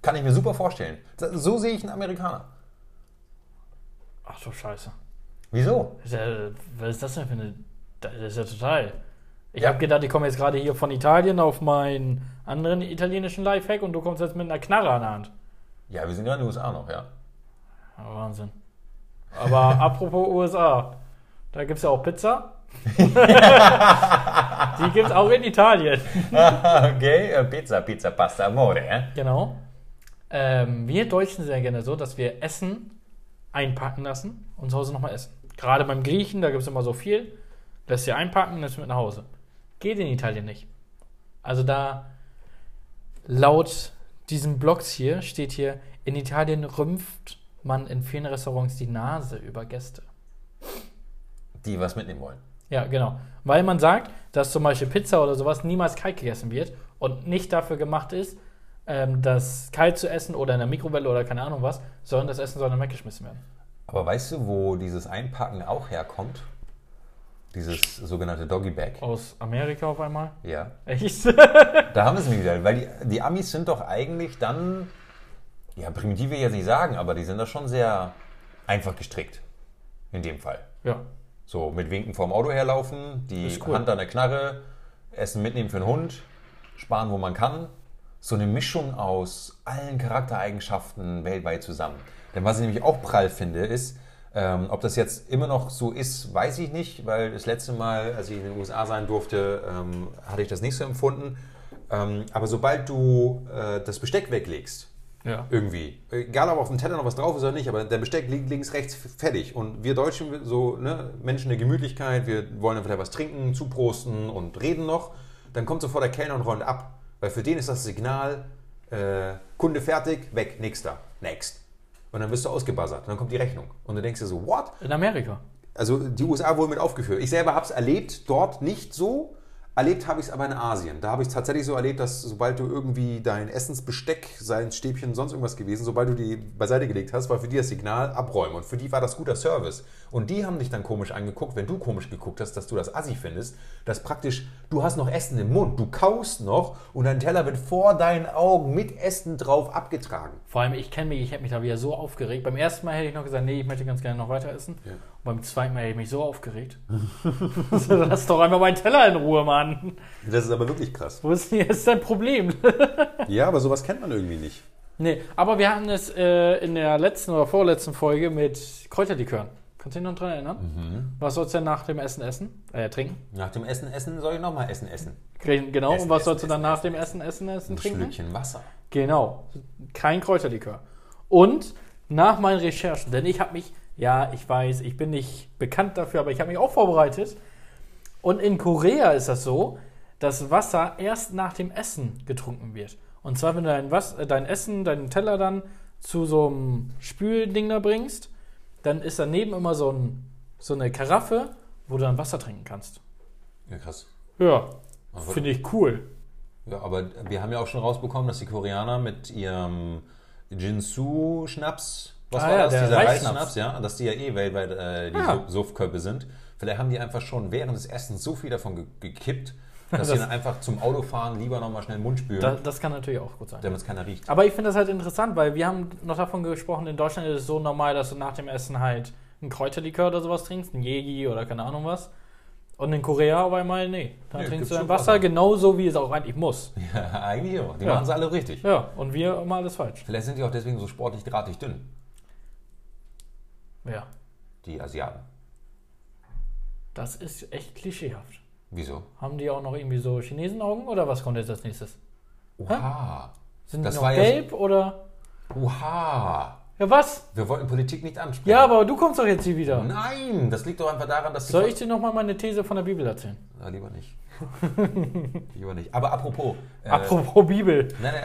Speaker 2: Kann ich mir super vorstellen. So sehe ich einen Amerikaner.
Speaker 1: Ach du Scheiße.
Speaker 2: Wieso?
Speaker 1: Ist ja- Was ist das denn für eine. Das ist ja total. Ich
Speaker 2: Ja.
Speaker 1: habe gedacht, ich komme jetzt gerade hier von Italien auf meinen anderen italienischen Lifehack und du kommst jetzt mit einer Knarre an der Hand.
Speaker 2: Ja, wir sind gerade in den USA noch, ja. [LAUGHS]
Speaker 1: Ja, Wahnsinn. Aber apropos USA, da gibt es ja auch Pizza. Die gibt es auch in Italien.
Speaker 2: okay, äh, Pizza, Pizza, Pasta, Amore. eh?
Speaker 1: Genau. Ähm, wir Deutschen sind ja gerne so, dass wir Essen einpacken lassen und zu Hause nochmal essen. Gerade beim Griechen, da gibt es immer so viel. Lässt sie einpacken, lässt mit nach Hause. Geht in Italien nicht. Also da laut diesen Blogs hier steht hier, in Italien rümpft man in vielen Restaurants die Nase über Gäste.
Speaker 2: Die was mitnehmen wollen.
Speaker 1: Ja, genau. Weil man sagt, dass zum Beispiel Pizza oder sowas niemals kalt gegessen wird und nicht dafür gemacht ist, ähm, das kalt zu essen oder in der Mikrowelle oder keine Ahnung was, sondern das Essen soll dann weggeschmissen werden.
Speaker 2: Aber weißt du, wo dieses Einpacken auch herkommt? Dieses sogenannte Doggy Bag.
Speaker 1: Aus Amerika auf einmal?
Speaker 2: Ja.
Speaker 1: [LAUGHS] Echt?
Speaker 2: Da haben wir es wieder, weil die, die Amis sind doch eigentlich dann, ja, primitiv will ich jetzt nicht sagen, aber die sind da schon sehr einfach gestrickt. In dem Fall.
Speaker 1: ja.
Speaker 2: So mit Winken vorm Auto herlaufen, die
Speaker 1: Ist cool.
Speaker 2: Hand an der Knarre, Essen mitnehmen für den Hund, sparen, wo man kann. So eine Mischung aus allen Charaktereigenschaften weltweit zusammen. Denn was ich nämlich auch prall finde, ist, ähm, ob das jetzt immer noch so ist, weiß ich nicht, weil das letzte Mal, als ich in den USA sein durfte, ähm, hatte ich das nicht so empfunden. Ähm, aber sobald du äh, das Besteck weglegst,
Speaker 1: Ja.
Speaker 2: irgendwie. Egal, ob auf dem Teller noch was drauf ist oder nicht, aber der Besteck liegt links, rechts, f- fertig. Und wir Deutschen, wir so ne, Menschen der Gemütlichkeit, wir wollen dann vielleicht was trinken, zuprosten und reden noch. Dann kommt sofort der Kellner und räumt ab. Weil für den ist das Signal, äh, Kunde fertig, weg, nächster, next. Und dann wirst du ausgebuzzert. Und dann kommt die Rechnung. Und du denkst dir so, what?
Speaker 1: In Amerika.
Speaker 2: also die USA wohl mit aufgeführt. Ich selber habe es erlebt, dort nicht so. Erlebt habe ich es aber in Asien. Da habe ich es tatsächlich so erlebt, dass sobald du irgendwie dein Essensbesteck, sein Stäbchen, sonst irgendwas gewesen, sobald du die beiseite gelegt hast, war für die das Signal abräumen. Und für die war das guter Service. Und die haben dich dann komisch angeguckt, wenn du komisch geguckt hast, dass du das assi findest, dass praktisch du hast noch Essen im Mund, du kaust noch und dein Teller wird vor deinen Augen mit Essen drauf abgetragen.
Speaker 1: Vor allem, ich kenne mich, ich hätte mich da wieder so aufgeregt. Beim ersten Mal hätte ich noch gesagt, nee, ich möchte ganz gerne noch weiter essen. Und beim zweiten Mal hätte ich mich so aufgeregt. [LAUGHS] So, Lass doch einfach meinen Teller in Ruhe, Mann.
Speaker 2: Das ist aber wirklich krass.
Speaker 1: Wo ist denn jetzt dein Problem?
Speaker 2: [LAUGHS] Ja, aber sowas kennt man irgendwie nicht.
Speaker 1: nee, aber wir hatten es äh, in der letzten oder vorletzten Folge mit Kräuterlikören. Kannst du dich noch dran erinnern?
Speaker 2: Mhm.
Speaker 1: Was sollst du denn nach dem Essen essen? Äh, trinken?
Speaker 2: Nach dem Essen essen soll ich nochmal Essen essen.
Speaker 1: Genau,
Speaker 2: Essen,
Speaker 1: und was
Speaker 2: essen,
Speaker 1: sollst du dann
Speaker 2: essen,
Speaker 1: nach dem Essen essen, essen,
Speaker 2: Ein
Speaker 1: trinken?
Speaker 2: Schlückchen Wasser.
Speaker 1: Genau, kein Kräuterlikör. Und nach meinen Recherchen, denn ich habe mich, ja, ich weiß, ich bin nicht bekannt dafür, aber ich habe mich auch vorbereitet. Und in Korea ist das so, dass Wasser erst nach dem Essen getrunken wird. Und zwar, wenn du dein, Was äh, dein Essen, deinen Teller dann zu so einem Spülding da bringst, dann ist daneben immer so, ein, so eine Karaffe, wo du dann Wasser trinken kannst.
Speaker 2: Ja, krass.
Speaker 1: Ja,
Speaker 2: Aber-
Speaker 1: finde ich cool.
Speaker 2: Ja, aber wir haben ja auch schon rausbekommen, dass die Koreaner mit ihrem Jinsu-Schnaps, was
Speaker 1: Ah
Speaker 2: war
Speaker 1: ja,
Speaker 2: das,
Speaker 1: der
Speaker 2: dieser
Speaker 1: Reisschnaps.
Speaker 2: Reisschnaps, ja, dass die ja eh weltweit äh, die
Speaker 1: Ah.
Speaker 2: Suff- Suffköpfe sind. Vielleicht haben die einfach schon während des Essens so viel davon ge
Speaker 1: [LAUGHS]
Speaker 2: gekippt, dass sie
Speaker 1: Das-
Speaker 2: dann einfach zum Autofahren lieber nochmal schnell den Mund spülen,
Speaker 1: Da, das kann natürlich auch gut sein.
Speaker 2: damit es keiner riecht.
Speaker 1: Aber ich finde das halt interessant, weil wir haben noch davon gesprochen, in Deutschland ist es so normal, dass du nach dem Essen halt einen Kräuterlikör oder sowas trinkst, einen Jägi oder keine Ahnung was. Und in Korea auf einmal, nee. Da
Speaker 2: Nee, gibt's
Speaker 1: trinkst du dein
Speaker 2: schon
Speaker 1: Wasser,
Speaker 2: Wasser.
Speaker 1: genauso wie es auch eigentlich muss.
Speaker 2: Ja, [LAUGHS] eigentlich auch. Die
Speaker 1: Ja.
Speaker 2: machen es alle richtig.
Speaker 1: Ja, und wir immer alles falsch.
Speaker 2: Vielleicht sind die auch deswegen so sportlich drahtig dünn,
Speaker 1: Ja,
Speaker 2: die Asiaten.
Speaker 1: das ist echt klischeehaft.
Speaker 2: Wieso?
Speaker 1: Haben die auch noch irgendwie so Chinesenaugen oder was kommt jetzt als nächstes?
Speaker 2: Oha.
Speaker 1: Sind
Speaker 2: Das
Speaker 1: die noch
Speaker 2: war ja so-
Speaker 1: gelb oder?
Speaker 2: Oha.
Speaker 1: Ja, was?
Speaker 2: Wir wollten Politik nicht ansprechen.
Speaker 1: Ja, aber du kommst doch jetzt hier wieder.
Speaker 2: Nein, das liegt doch einfach daran, dass die
Speaker 1: Soll ich dir nochmal meine These von der Bibel erzählen?
Speaker 2: Na, lieber nicht. [LAUGHS] lieber nicht. Aber apropos. Äh,
Speaker 1: Apropos Bibel.
Speaker 2: Nein, nein,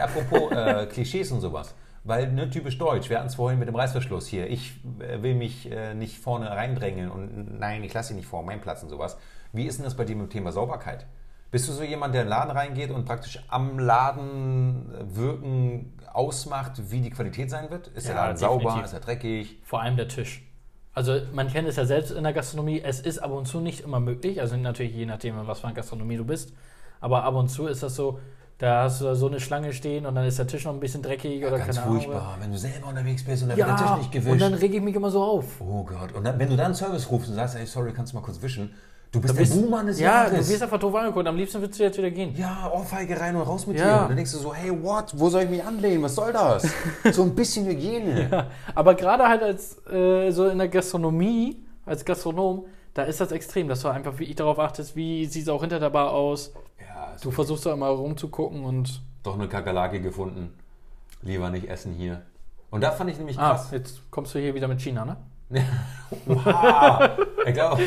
Speaker 1: [LAUGHS]
Speaker 2: apropos äh, Klischees und sowas. Weil, ne, typisch deutsch. Wir hatten es vorhin mit dem Reißverschluss hier. Ich äh, will mich äh, nicht vorne reindrängeln und nein, ich lasse dich nicht vor meinen Platz und sowas. Wie ist denn das bei dir mit dem Thema Sauberkeit? Bist du so jemand, der in den Laden reingeht und praktisch am Laden äh, wirken ausmacht, wie die Qualität sein wird? Ist der
Speaker 1: Ja,
Speaker 2: Laden sauber?
Speaker 1: definitiv.
Speaker 2: Ist er dreckig?
Speaker 1: Vor allem der Tisch. Also man kennt es ja selbst in der Gastronomie, es ist ab und zu nicht immer möglich, also natürlich je nachdem, in was für eine Gastronomie du bist, aber ab und zu ist das so, da hast du da so eine Schlange stehen und dann ist der Tisch noch ein bisschen dreckig oder
Speaker 2: Ganz
Speaker 1: keine Ahnung.
Speaker 2: furchtbar, wenn du selber unterwegs bist und dann
Speaker 1: Ja,
Speaker 2: wird der Tisch nicht gewischt.
Speaker 1: und dann reg ich mich immer so auf.
Speaker 2: Oh Gott. Und dann, wenn du dann Service rufst und sagst, ey, sorry, kannst du mal kurz wischen, du bist
Speaker 1: Bist-
Speaker 2: der Buhmann des
Speaker 1: ja, du
Speaker 2: Jahres.
Speaker 1: wirst einfach doof angeguckt, am liebsten würdest du jetzt wieder gehen. [LAUGHS]
Speaker 2: ja, Ohrfeige rein und raus mit
Speaker 1: Ja.
Speaker 2: dir. Und dann denkst du so, hey, what? Wo soll ich mich anlehnen? Was soll das?
Speaker 1: [LAUGHS]
Speaker 2: so ein bisschen Hygiene.
Speaker 1: Aber gerade halt als äh, so in der Gastronomie, als Gastronom, da ist das extrem, dass du einfach wirklich darauf achtest, wie sieht es auch hinter der Bar aus.
Speaker 2: Ja, ist
Speaker 1: Du versuchst da immer rumzugucken und
Speaker 2: doch eine Kakerlake gefunden. Lieber nicht essen hier. Und da fand ich nämlich
Speaker 1: ah,
Speaker 2: krass.
Speaker 1: jetzt kommst du hier wieder mit China, ne?
Speaker 2: Oha. Ich glaube.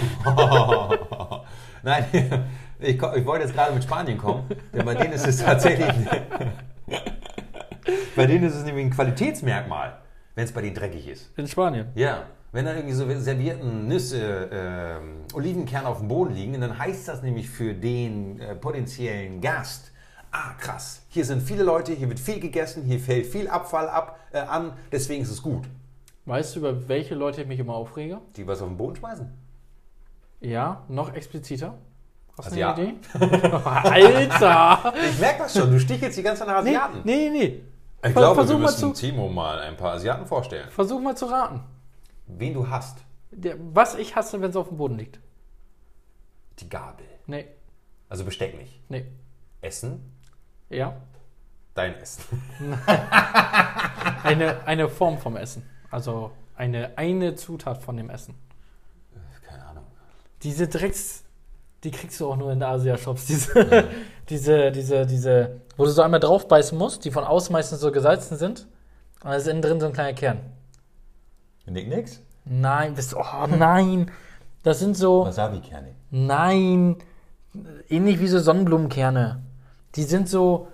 Speaker 2: [LAUGHS] Nein, [LAUGHS]
Speaker 1: [LAUGHS]
Speaker 2: ich, ko- ich wollte jetzt gerade mit Spanien kommen, denn bei denen ist es tatsächlich. [LAUGHS] Bei denen ist es nämlich ein Qualitätsmerkmal, wenn es bei denen dreckig ist.
Speaker 1: In Spanien.
Speaker 2: Ja. Wenn da irgendwie so servierten Nüsse, ähm, Olivenkerne auf dem Boden liegen, dann heißt das nämlich für den äh, potenziellen Gast, ah krass, hier sind viele Leute, hier wird viel gegessen, hier fällt viel Abfall ab, äh, an, deswegen ist es gut.
Speaker 1: Weißt du, über welche Leute ich mich immer aufrege?
Speaker 2: Die was auf den Boden schmeißen?
Speaker 1: Ja, noch expliziter. Hast du eine
Speaker 2: Asiaten.
Speaker 1: Idee? Alter!
Speaker 2: Ich merke das schon, du stichelst die ganze Zeit nach
Speaker 1: Nee,
Speaker 2: Asiaten.
Speaker 1: nee, nee.
Speaker 2: Ich
Speaker 1: Ver-
Speaker 2: glaube,
Speaker 1: versuch
Speaker 2: wir
Speaker 1: mal
Speaker 2: müssen
Speaker 1: zu-
Speaker 2: Timo mal ein paar Asiaten vorstellen.
Speaker 1: Versuch mal zu raten.
Speaker 2: Wen du hast?
Speaker 1: Der, was ich hasse, wenn es auf dem Boden liegt.
Speaker 2: Die Gabel.
Speaker 1: Nee,
Speaker 2: Also Besteck nicht.
Speaker 1: nee.
Speaker 2: Essen?
Speaker 1: Ja.
Speaker 2: Dein Essen. [LAUGHS]
Speaker 1: Eine, eine Form vom Essen. Also eine, eine Zutat von dem Essen.
Speaker 2: Keine Ahnung.
Speaker 1: Diese Drecks, die kriegst du auch nur in der Asia-Shops. Diese, [LAUGHS] diese, diese, diese, wo du so einmal drauf beißen musst, die von außen meistens so gesalzen sind. Und da ist innen drin so ein kleiner Kern.
Speaker 2: Nick nix?
Speaker 1: Nein, bist du, oh nein. Das sind so.
Speaker 2: Wasabi-Kerne.
Speaker 1: Nein, ähnlich wie so Sonnenblumenkerne. Die sind so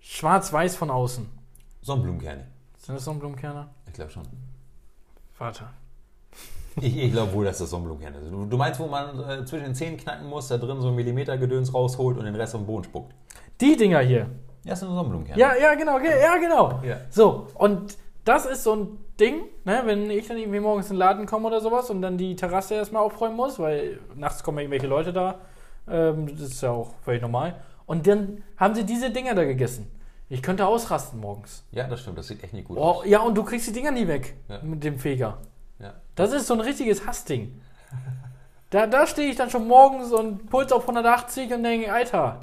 Speaker 1: schwarz-weiß von außen.
Speaker 2: Sonnenblumenkerne.
Speaker 1: Sind das Sonnenblumenkerne?
Speaker 2: Ich glaube schon.
Speaker 1: Warte.
Speaker 2: Ich, ich glaube wohl, dass das Sonnenblumenkerne sind. Du, du meinst, wo man äh, zwischen den Zähnen knacken muss, da drin so ein Millimeter-Gedöns rausholt und den Rest auf den Boden spuckt?
Speaker 1: Die Dinger hier.
Speaker 2: Ja, das sind Sonnenblumenkerne.
Speaker 1: Ja, ja, genau, ge- ja, genau.
Speaker 2: Ja.
Speaker 1: So, und das ist so ein Ding, ne, wenn ich dann irgendwie morgens in den Laden komme oder sowas und dann die Terrasse erstmal aufräumen muss, weil nachts kommen irgendwelche Leute da. Ähm, das ist ja auch völlig normal. Und dann haben sie diese Dinger da gegessen. Ich könnte ausrasten morgens.
Speaker 2: Ja, das stimmt. Das sieht echt nicht gut aus.
Speaker 1: Oh, ja, und du kriegst die Dinger nie weg
Speaker 2: Ja.
Speaker 1: mit dem Feger.
Speaker 2: Ja.
Speaker 1: Das ist so ein richtiges Hassding. Da, da stehe ich dann schon morgens und Puls auf 180 und denke, Alter,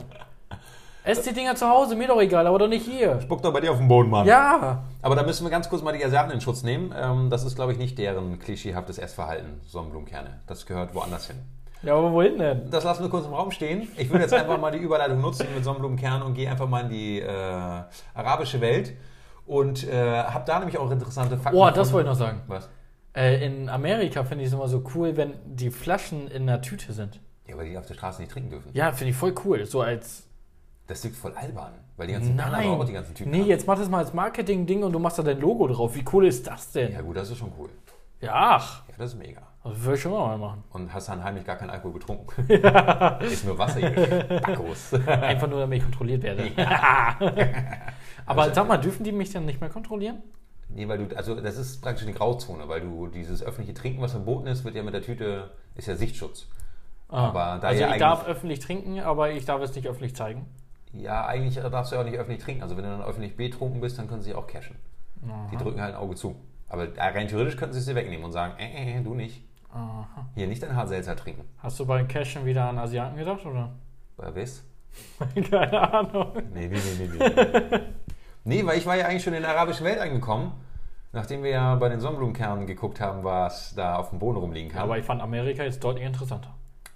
Speaker 1: ess die Dinger zu Hause, mir doch egal, aber doch nicht hier.
Speaker 2: Spuck doch bei dir auf den Boden, Mann.
Speaker 1: Ja,
Speaker 2: Aber da müssen wir ganz kurz mal die Asiaten in Schutz nehmen. Ähm, das ist, glaube ich, nicht deren klischeehaftes Essverhalten, Sonnenblumenkerne. Das gehört woanders hin.
Speaker 1: ja, aber wohin denn?
Speaker 2: Das lassen wir kurz im Raum stehen. Ich würde jetzt einfach mal die Überleitung nutzen mit Sonnenblumenkernen und gehe einfach mal in die äh, arabische Welt und äh, habe da nämlich auch interessante Fakten.
Speaker 1: Oh, das
Speaker 2: gefunden.
Speaker 1: wollte ich noch sagen.
Speaker 2: Was?
Speaker 1: Äh, in Amerika finde ich es immer so cool, wenn die Flaschen in der Tüte sind.
Speaker 2: Ja, weil die auf der Straße nicht trinken dürfen.
Speaker 1: Ja, finde ich voll cool. So als.
Speaker 2: Das liegt voll albern, weil die ganzen Kanada
Speaker 1: Nein.
Speaker 2: auch die ganzen Typen.
Speaker 1: nee,
Speaker 2: haben.
Speaker 1: jetzt mach das mal als Marketing-Ding und du machst da dein Logo drauf. Wie cool ist das denn?
Speaker 2: Ja, gut, das ist schon cool.
Speaker 1: Ja, ach,
Speaker 2: Ja, das ist mega.
Speaker 1: das würde ich schon mal machen.
Speaker 2: [LAUGHS] Und hast dann heimlich gar keinen Alkohol
Speaker 1: [LAUGHS]
Speaker 2: getrunken. ist nur Wasser hier. Backos.
Speaker 1: Einfach nur, damit ich kontrolliert werde. [LAUGHS] Aber
Speaker 2: Also
Speaker 1: sag mal, dürfen die mich dann nicht mehr kontrollieren?
Speaker 2: [LAUGHS] Nee, weil du, also das ist praktisch eine Grauzone, weil du dieses öffentliche Trinken, was verboten ist, wird ja mit der Tüte, ist ja Sichtschutz.
Speaker 1: Ah,
Speaker 2: Aber da
Speaker 1: also
Speaker 2: ja
Speaker 1: ich darf öffentlich trinken, aber ich darf es nicht öffentlich zeigen.
Speaker 2: Ja, eigentlich darfst du ja auch nicht öffentlich trinken. Also wenn du dann öffentlich betrunken bist, dann können sie dich auch cashen. Die drücken halt ein Auge zu. Aber rein theoretisch könnten sie es dir wegnehmen und sagen, äh, äh, du nicht.
Speaker 1: Aha.
Speaker 2: Hier nicht dein Hardselzer trinken.
Speaker 1: Hast du bei Cashen wieder an Asiaten gedacht, oder? [LAUGHS]
Speaker 2: Bei was?
Speaker 1: Keine Ahnung.
Speaker 2: Nee, nee, nee, nee, nee, nee. [LAUGHS] nee, weil ich war ja eigentlich schon in der arabischen Welt angekommen. Nachdem wir ja bei den Sonnenblumenkernen geguckt haben, was da auf dem Boden rumliegen kann.
Speaker 1: Aber ich fand Amerika jetzt deutlich interessanter.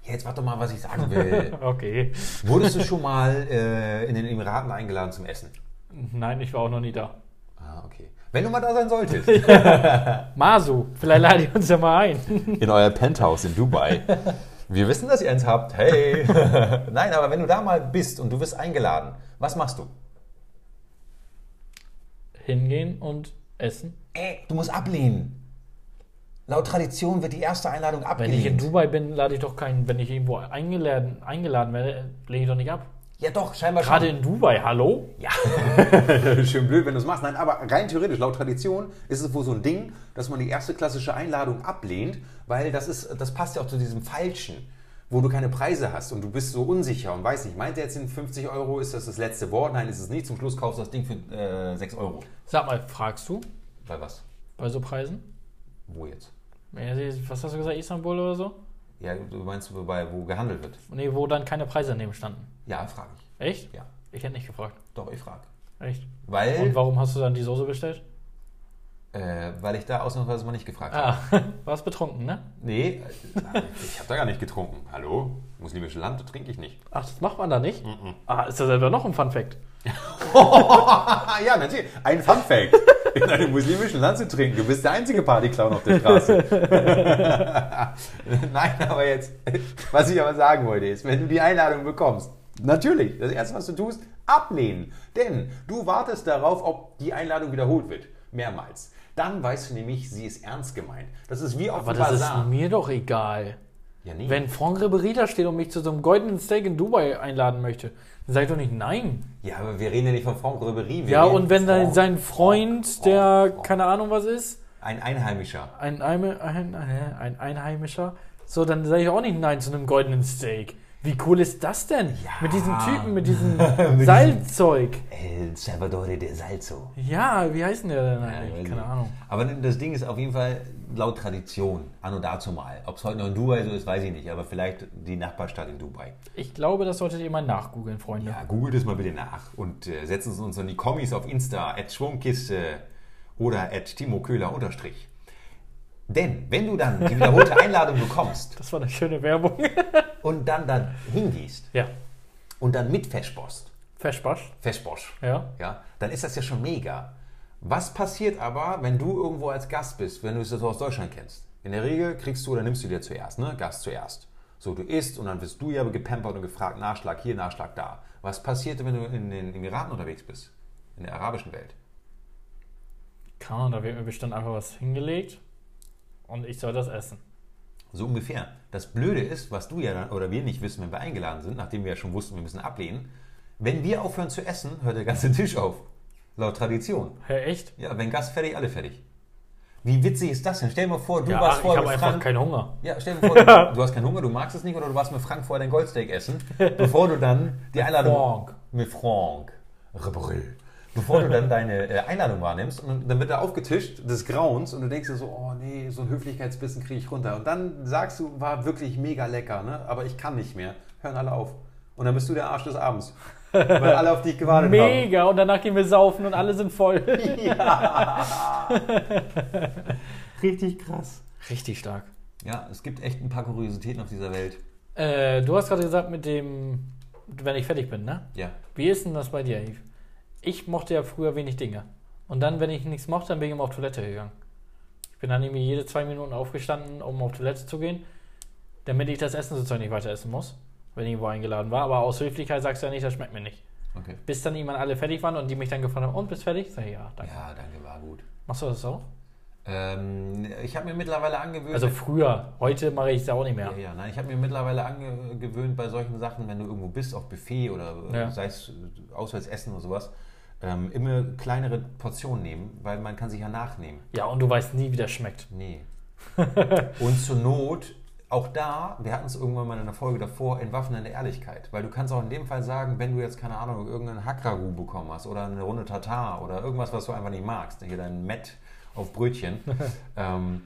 Speaker 2: Jetzt warte doch mal, was ich sagen [LAUGHS] will.
Speaker 1: Okay.
Speaker 2: Wurdest du schon mal äh, in den Emiraten eingeladen zum Essen?
Speaker 1: Nein, ich war auch noch nie da.
Speaker 2: Ah, okay. Wenn du mal da sein solltest. [LAUGHS]
Speaker 1: Masu, vielleicht lade ich uns ja mal ein.
Speaker 2: in euer Penthouse in Dubai. Wir wissen, dass ihr eins habt. [LAUGHS] Hey. Nein, aber wenn du da mal bist und du wirst eingeladen, was machst du?
Speaker 1: Hingehen und essen.
Speaker 2: Ey, Äh, du musst ablehnen. Laut Tradition wird die erste Einladung
Speaker 1: Wenn ich in
Speaker 2: abgelehnt.
Speaker 1: Dubai bin, lade ich doch keinen. Wenn ich irgendwo eingeladen, eingeladen werde, lehne ich doch nicht ab.
Speaker 2: Ja doch, scheinbar
Speaker 1: Gerade in Dubai, hallo?
Speaker 2: Ja. [LAUGHS] Schön blöd, wenn du es machst. Nein, aber rein theoretisch, laut Tradition, ist es wohl so ein Ding, dass man die erste klassische Einladung ablehnt, weil das, ist, das passt ja auch zu diesem Falschen, wo du keine Preise hast und du bist so unsicher und weißt nicht, meint er jetzt den 50 Euro, ist das das letzte Wort? Nein, ist es nicht. Zum Schluss kaufst du das Ding für äh, 6 Euro.
Speaker 1: Sag mal, fragst du
Speaker 2: Bei was?
Speaker 1: bei so Preisen?
Speaker 2: Wo jetzt?
Speaker 1: Ja, Was hast du gesagt, Istanbul oder so?
Speaker 2: Ja, du meinst, wo- bei wo gehandelt wird?
Speaker 1: Nee, wo dann keine Preise daneben standen.
Speaker 2: Ja, frage ich.
Speaker 1: Echt?
Speaker 2: Ja,
Speaker 1: Ich hätte nicht gefragt.
Speaker 2: doch, ich frage.
Speaker 1: Echt? Und
Speaker 2: Weil,
Speaker 1: warum hast du dann die Soße bestellt?
Speaker 2: äh, weil ich da ausnahmsweise mal nicht gefragt habe.
Speaker 1: Ah, [LAUGHS] warst betrunken, ne?
Speaker 2: Nee, äh, ich habe da gar nicht getrunken. Hallo? Muslimische Land trinke ich nicht.
Speaker 1: Ach, das macht man da nicht? Ah, ist das selber noch ein Funfact?
Speaker 2: Ah ja, natürlich. Ein Fun Fact. In einem muslimischen Land zu trinken. Du bist der einzige Partyclown auf der Straße. [LAUGHS] Nein, aber jetzt, was ich aber sagen wollte, ist, wenn du die Einladung bekommst, Natürlich, das Erste, was du tust, ablehnen. Denn du wartest darauf, ob die Einladung wiederholt wird. Mehrmals. Dann weißt du nämlich, sie ist ernst gemeint. Das ist wie auf
Speaker 1: Aber
Speaker 2: dem
Speaker 1: das ist
Speaker 2: Bazar.
Speaker 1: mir doch egal.
Speaker 2: ja, nee.
Speaker 1: Wenn Franck Ribéry da steht und mich zu so einem goldenen Steak in Dubai einladen möchte, dann sag ich doch nicht nein.
Speaker 2: ja, aber wir reden ja nicht von Franck Ribery. wir
Speaker 1: Ja,
Speaker 2: reden
Speaker 1: und wenn dann
Speaker 2: von
Speaker 1: sein Freund,
Speaker 2: Oh,
Speaker 1: der keine Ahnung was ist,
Speaker 2: Ein Einheimischer.
Speaker 1: ein, Eime- ein, äh, ein Einheimischer, so, dann sage ich auch nicht nein zu einem goldenen Steak. Wie cool ist das denn? Mit diesem Typen, mit
Speaker 2: [LAUGHS]
Speaker 1: diesem Salzzeug.
Speaker 2: El Salvador de Salso.
Speaker 1: Ja, wie heißt denn der denn
Speaker 2: Ja, weiß
Speaker 1: eigentlich? Keine
Speaker 2: nicht.
Speaker 1: Ahnung.
Speaker 2: Aber das Ding ist auf jeden Fall laut Tradition, anno dazu mal. Ob es heute noch in Dubai so ist, weiß ich nicht, aber vielleicht die Nachbarstadt in Dubai.
Speaker 1: Ich glaube, das solltet ihr mal nachgoogeln, Freunde.
Speaker 2: Ja, googelt es mal bitte nach und äh, setzen Sie uns in die Kommis auf Insta, at Schwungkiste oder at Timo Köhler unterstrich. Denn wenn du dann
Speaker 1: [LAUGHS]
Speaker 2: die wiederholte Einladung bekommst
Speaker 1: Das war eine schöne Werbung. [LAUGHS]
Speaker 2: und dann da hingehst
Speaker 1: ja,
Speaker 2: und dann mit Feschbost,
Speaker 1: verspaßt.
Speaker 2: Feschbosch,
Speaker 1: Ja.
Speaker 2: ja, dann ist das ja schon mega. Was passiert aber, wenn du irgendwo als Gast bist, wenn du es so aus Deutschland kennst? In der Regel kriegst du oder nimmst du dir zuerst, ne? Gast zuerst. So, du isst und dann wirst du ja gepampert und gefragt, Nachschlag hier, Nachschlag da. Was passiert, wenn du in den Emiraten unterwegs bist? In der arabischen Welt?
Speaker 1: Keine Ahnung, da wird mir bestimmt einfach was hingelegt und ich soll das essen.
Speaker 2: So ungefähr. Das Blöde ist, was du ja dann, oder wir nicht wissen, wenn wir eingeladen sind, nachdem wir ja schon wussten, wir müssen ablehnen, wenn wir aufhören zu essen, hört der ganze Tisch auf. Laut Tradition.
Speaker 1: Hä, echt?
Speaker 2: Ja, wenn Gast fertig, alle fertig. Wie witzig ist das denn? Stell dir mal vor, du
Speaker 1: Ja,
Speaker 2: warst
Speaker 1: ich
Speaker 2: vorher
Speaker 1: habe
Speaker 2: mit
Speaker 1: einfach
Speaker 2: Frank.
Speaker 1: keinen Hunger.
Speaker 2: Ja, stell dir vor, du,
Speaker 1: [LAUGHS]
Speaker 2: du hast keinen Hunger, du magst es nicht, oder du warst mit Frank vorher dein Goldsteak essen, bevor du dann die Einladung.
Speaker 1: Frank.
Speaker 2: Mit Frank. Rebrüll. Bevor du dann deine äh, Einladung wahrnimmst und dann wird er aufgetischt des Grauens und du denkst dir so, oh nee, so ein Höflichkeitsbissen kriege ich runter. Und dann sagst du, war wirklich mega lecker, ne? aber ich kann nicht mehr. Hören alle auf. Und dann bist du der Arsch des Abends. Weil alle auf dich gewartet haben.
Speaker 1: Mega! Und danach gehen wir saufen und alle sind voll.
Speaker 2: [LAUGHS]
Speaker 1: [LAUGHS]
Speaker 2: Richtig krass.
Speaker 1: Richtig stark.
Speaker 2: Ja, es gibt echt ein paar Kuriositäten auf dieser Welt.
Speaker 1: Äh, du hast gerade gesagt mit dem, wenn ich fertig bin, ne?
Speaker 2: Ja.
Speaker 1: Wie ist denn das bei dir, Yves? Ich mochte ja früher wenig Dinge. Und dann, wenn ich nichts mochte, dann bin ich immer auf Toilette gegangen. Ich bin dann irgendwie jede zwei Minuten aufgestanden, um auf Toilette zu gehen, damit ich das Essen sozusagen nicht weiter essen muss, wenn ich irgendwo eingeladen war. Aber aus Höflichkeit sagst du ja nicht, das schmeckt mir nicht.
Speaker 2: Okay.
Speaker 1: Bis dann irgendwann alle fertig waren und die mich dann gefragt haben, und bist fertig? Sag ich, ja, danke.
Speaker 2: Ja, danke, war gut.
Speaker 1: Machst du das auch?
Speaker 2: Ähm, ich habe mir mittlerweile angewöhnt.
Speaker 1: Also früher, heute mache ich es auch nicht mehr.
Speaker 2: ja, ja, nein, ich habe mir mittlerweile angewöhnt bei solchen Sachen, wenn du irgendwo bist, auf Buffet oder äh,
Speaker 1: Ja.
Speaker 2: sei es äh, auswärts essen oder sowas, ähm, immer kleinere Portionen nehmen, weil man kann sich ja nachnehmen.
Speaker 1: Ja, und du weißt nie, wie das schmeckt.
Speaker 2: Nee. [LAUGHS] Und zur Not, auch da, wir hatten es irgendwann mal in der Folge davor, entwaffnende Ehrlichkeit. Weil du kannst auch in dem Fall sagen, wenn du jetzt, keine Ahnung, irgendeinen Hackragu bekommen hast oder eine Runde Tatar oder irgendwas, was du einfach nicht magst, hier dein Met auf Brötchen, ähm,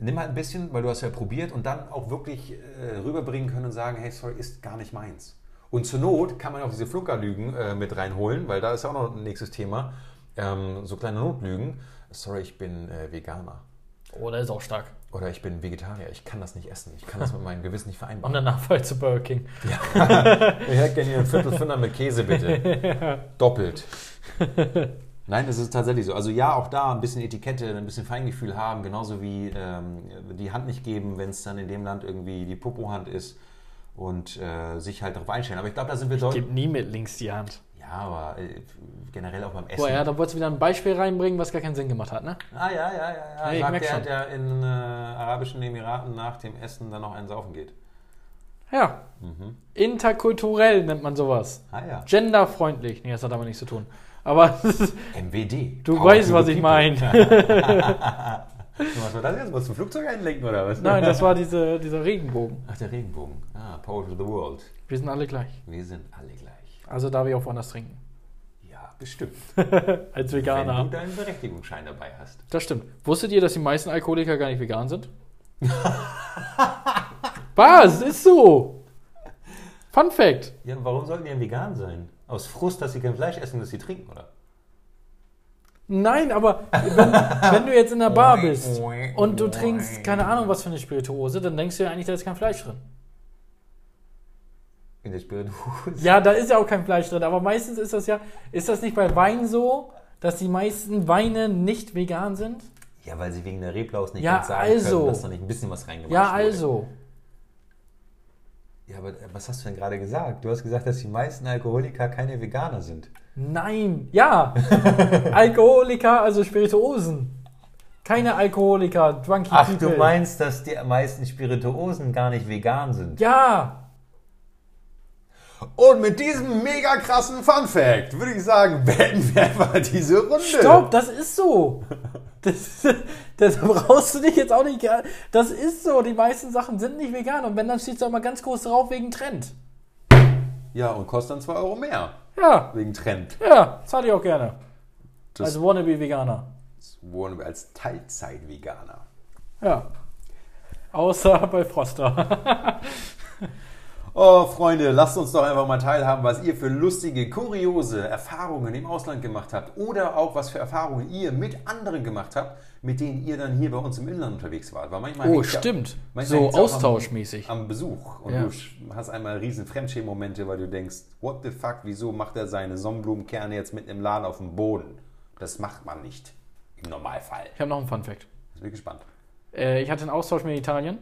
Speaker 2: nimm halt ein bisschen, weil du hast ja probiert und dann auch wirklich äh, rüberbringen können und sagen, hey, sorry, ist gar nicht meins. Und zur Not kann man auch diese Flunkerlügen äh, mit reinholen, weil da ist ja auch noch ein nächstes Thema. Ähm, so kleine Notlügen. Sorry, ich bin äh, Veganer.
Speaker 1: Oder Oh, ist auch stark.
Speaker 2: Oder ich bin Vegetarier, ich kann das nicht essen, ich kann das mit meinem Gewissen nicht
Speaker 1: Und
Speaker 2: vereinbaren.
Speaker 1: danach voll zu Burger King.
Speaker 2: [LAUGHS] Ich hätte gerne hier ein Viertel Fünfer mit Käse, bitte.
Speaker 1: [LAUGHS]
Speaker 2: Doppelt. Nein, das ist tatsächlich so. Also ja, auch da ein bisschen Etikette, ein bisschen Feingefühl haben, genauso wie ähm, die Hand nicht geben, wenn es dann in dem Land irgendwie die Popo-Hand ist und äh, sich halt darauf einstellen. Aber ich glaube, da sind wir Leute...
Speaker 1: Gib nie mit links die Hand.
Speaker 2: Ja, aber äh, generell auch beim Essen.
Speaker 1: Boah, ja, da wolltest du wieder ein Beispiel reinbringen, was gar keinen Sinn gemacht hat, ne?
Speaker 2: Ah ja, ja, ja. ja.
Speaker 1: Nee, ich
Speaker 2: Sagt
Speaker 1: merk
Speaker 2: der,
Speaker 1: schon.
Speaker 2: der in äh, Arabischen Emiraten nach dem Essen dann noch einen saufen geht.
Speaker 1: Ja.
Speaker 2: Mhm.
Speaker 1: Interkulturell nennt man sowas.
Speaker 2: Ah ja.
Speaker 1: Genderfreundlich. Nee, das hat damit nichts zu tun. Aber [LAUGHS]
Speaker 2: MWD.
Speaker 1: du
Speaker 2: Power
Speaker 1: weißt,
Speaker 2: to
Speaker 1: was
Speaker 2: the
Speaker 1: ich
Speaker 2: people. [LAUGHS]
Speaker 1: meine.
Speaker 2: Was war das jetzt? Wolltest du ein Flugzeug einlenken oder was?
Speaker 1: Nein, das war diese, dieser Regenbogen.
Speaker 2: Ach, der Regenbogen. Ah, Power to the World.
Speaker 1: Wir sind alle gleich.
Speaker 2: Wir sind alle gleich.
Speaker 1: Also darf ich auch woanders trinken. [LAUGHS]
Speaker 2: Ja, bestimmt.
Speaker 1: Als
Speaker 2: Wenn du
Speaker 1: Veganer.
Speaker 2: deinen Berechtigungsschein dabei hast.
Speaker 1: Das stimmt. Wusstet ihr, dass die meisten Alkoholiker gar nicht vegan sind? [LAUGHS] Was? Ist so. Fun Fact.
Speaker 2: Ja, warum sollten die denn vegan sein? Aus Frust, dass sie kein Fleisch essen, dass sie trinken, oder?
Speaker 1: Nein, aber wenn, wenn du jetzt in der Bar bist und du trinkst keine Ahnung was für eine Spirituose, dann denkst du ja eigentlich, da ist kein Fleisch drin.
Speaker 2: In der Spirituose.
Speaker 1: Ja, da ist ja auch kein Fleisch drin, aber meistens ist das ja, ist das nicht bei Wein so, dass die meisten Weine nicht vegan sind?
Speaker 2: [LAUGHS] Ja, weil sie wegen der Reblaus nicht
Speaker 1: Ja,
Speaker 2: ganz sagen
Speaker 1: also.
Speaker 2: können, dass da nicht ein bisschen was reingemacht
Speaker 1: Ja,
Speaker 2: wurde.
Speaker 1: also.
Speaker 2: Ja, Ja, aber äh, was hast du denn gerade gesagt? Du hast gesagt, dass die meisten Alkoholiker keine Veganer sind.
Speaker 1: Nein, [LAUGHS] ja. Alkoholiker, also Spirituosen. Keine Alkoholiker, Drunky
Speaker 2: Ach,
Speaker 1: People.
Speaker 2: du meinst, dass die meisten Spirituosen gar nicht vegan sind?
Speaker 1: Ja,
Speaker 2: Und mit diesem mega krassen Fun Fact würde ich sagen, [LAUGHS] beenden wir einfach diese Runde.
Speaker 1: stopp, das ist so. Das, [LAUGHS] das brauchst du dich jetzt auch nicht. ge- Das ist so. Die meisten Sachen sind nicht vegan. Und wenn, dann steht es auch mal ganz groß drauf wegen Trend.
Speaker 2: Ja, und kostet dann 2 Euro mehr.
Speaker 1: Ja,
Speaker 2: Wegen Trend.
Speaker 1: ja, zahle ich auch gerne.
Speaker 2: Das-
Speaker 1: Als Wannabe-Veganer.
Speaker 2: Wohnen wir als Teilzeit-Veganer.
Speaker 1: Ja. Außer bei Froster.
Speaker 2: Oh, Freunde, lasst uns doch einfach mal teilhaben, was ihr für lustige, kuriose Erfahrungen im Ausland gemacht habt. Oder auch, was für Erfahrungen ihr mit anderen gemacht habt, mit denen ihr dann hier bei uns im Inland unterwegs wart. Weil manchmal
Speaker 1: Oh, [LAUGHS]
Speaker 2: hängt's ja-
Speaker 1: stimmt.
Speaker 2: manchmal
Speaker 1: So
Speaker 2: hängt's ja auch am-
Speaker 1: austauschmäßig.
Speaker 2: am Besuch und
Speaker 1: Ja.
Speaker 2: du sch- hast einmal riesen Fremdschämen-Momente, weil du denkst, what the fuck, wieso macht er seine Sonnenblumenkerne jetzt mitten im Laden auf dem Boden? Das macht man nicht im Normalfall.
Speaker 1: Ich habe noch einen Fun-Fact.
Speaker 2: Ich bin gespannt.
Speaker 1: Äh, ich hatte einen Austausch mit Italien.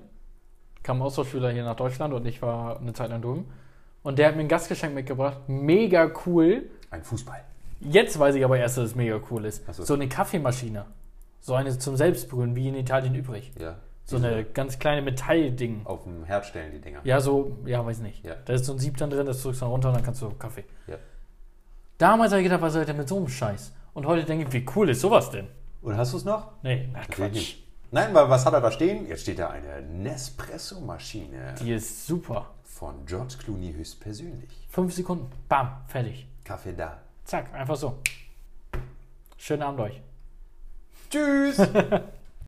Speaker 1: Kam ein Austauschschüler hier nach Deutschland und ich war eine Zeit lang drüben. Und der hat mir ein Gastgeschenk mitgebracht. Mega cool.
Speaker 2: Ein Fußball.
Speaker 1: Jetzt weiß ich aber erst, dass es mega cool ist.
Speaker 2: Ach so.
Speaker 1: So. eine Kaffeemaschine. So eine zum Selbstbrühen, wie in Italien übrig.
Speaker 2: Ja.
Speaker 1: So eine ganz kleine Metallding.
Speaker 2: Auf dem Herd stellen die Dinger.
Speaker 1: Ja, so, ja, weiß nicht.
Speaker 2: Ja.
Speaker 1: Da ist so ein Sieb dann drin, das drückst du dann runter und dann kannst du Kaffee.
Speaker 2: Ja.
Speaker 1: Damals habe ich gedacht, was soll der mit so einem Scheiß? Und heute denke ich, wie cool ist sowas denn?
Speaker 2: Und hast du es noch?
Speaker 1: Nee, na
Speaker 2: Natürlich
Speaker 1: Quatsch.
Speaker 2: nicht. Nein, weil was hat er da stehen? Jetzt steht da eine Nespresso-Maschine
Speaker 1: Die ist super.
Speaker 2: von George Clooney höchstpersönlich.
Speaker 1: Fünf Sekunden. Bam, fertig.
Speaker 2: Kaffee da.
Speaker 1: Zack, einfach so. Schönen Abend euch.
Speaker 2: Tschüss!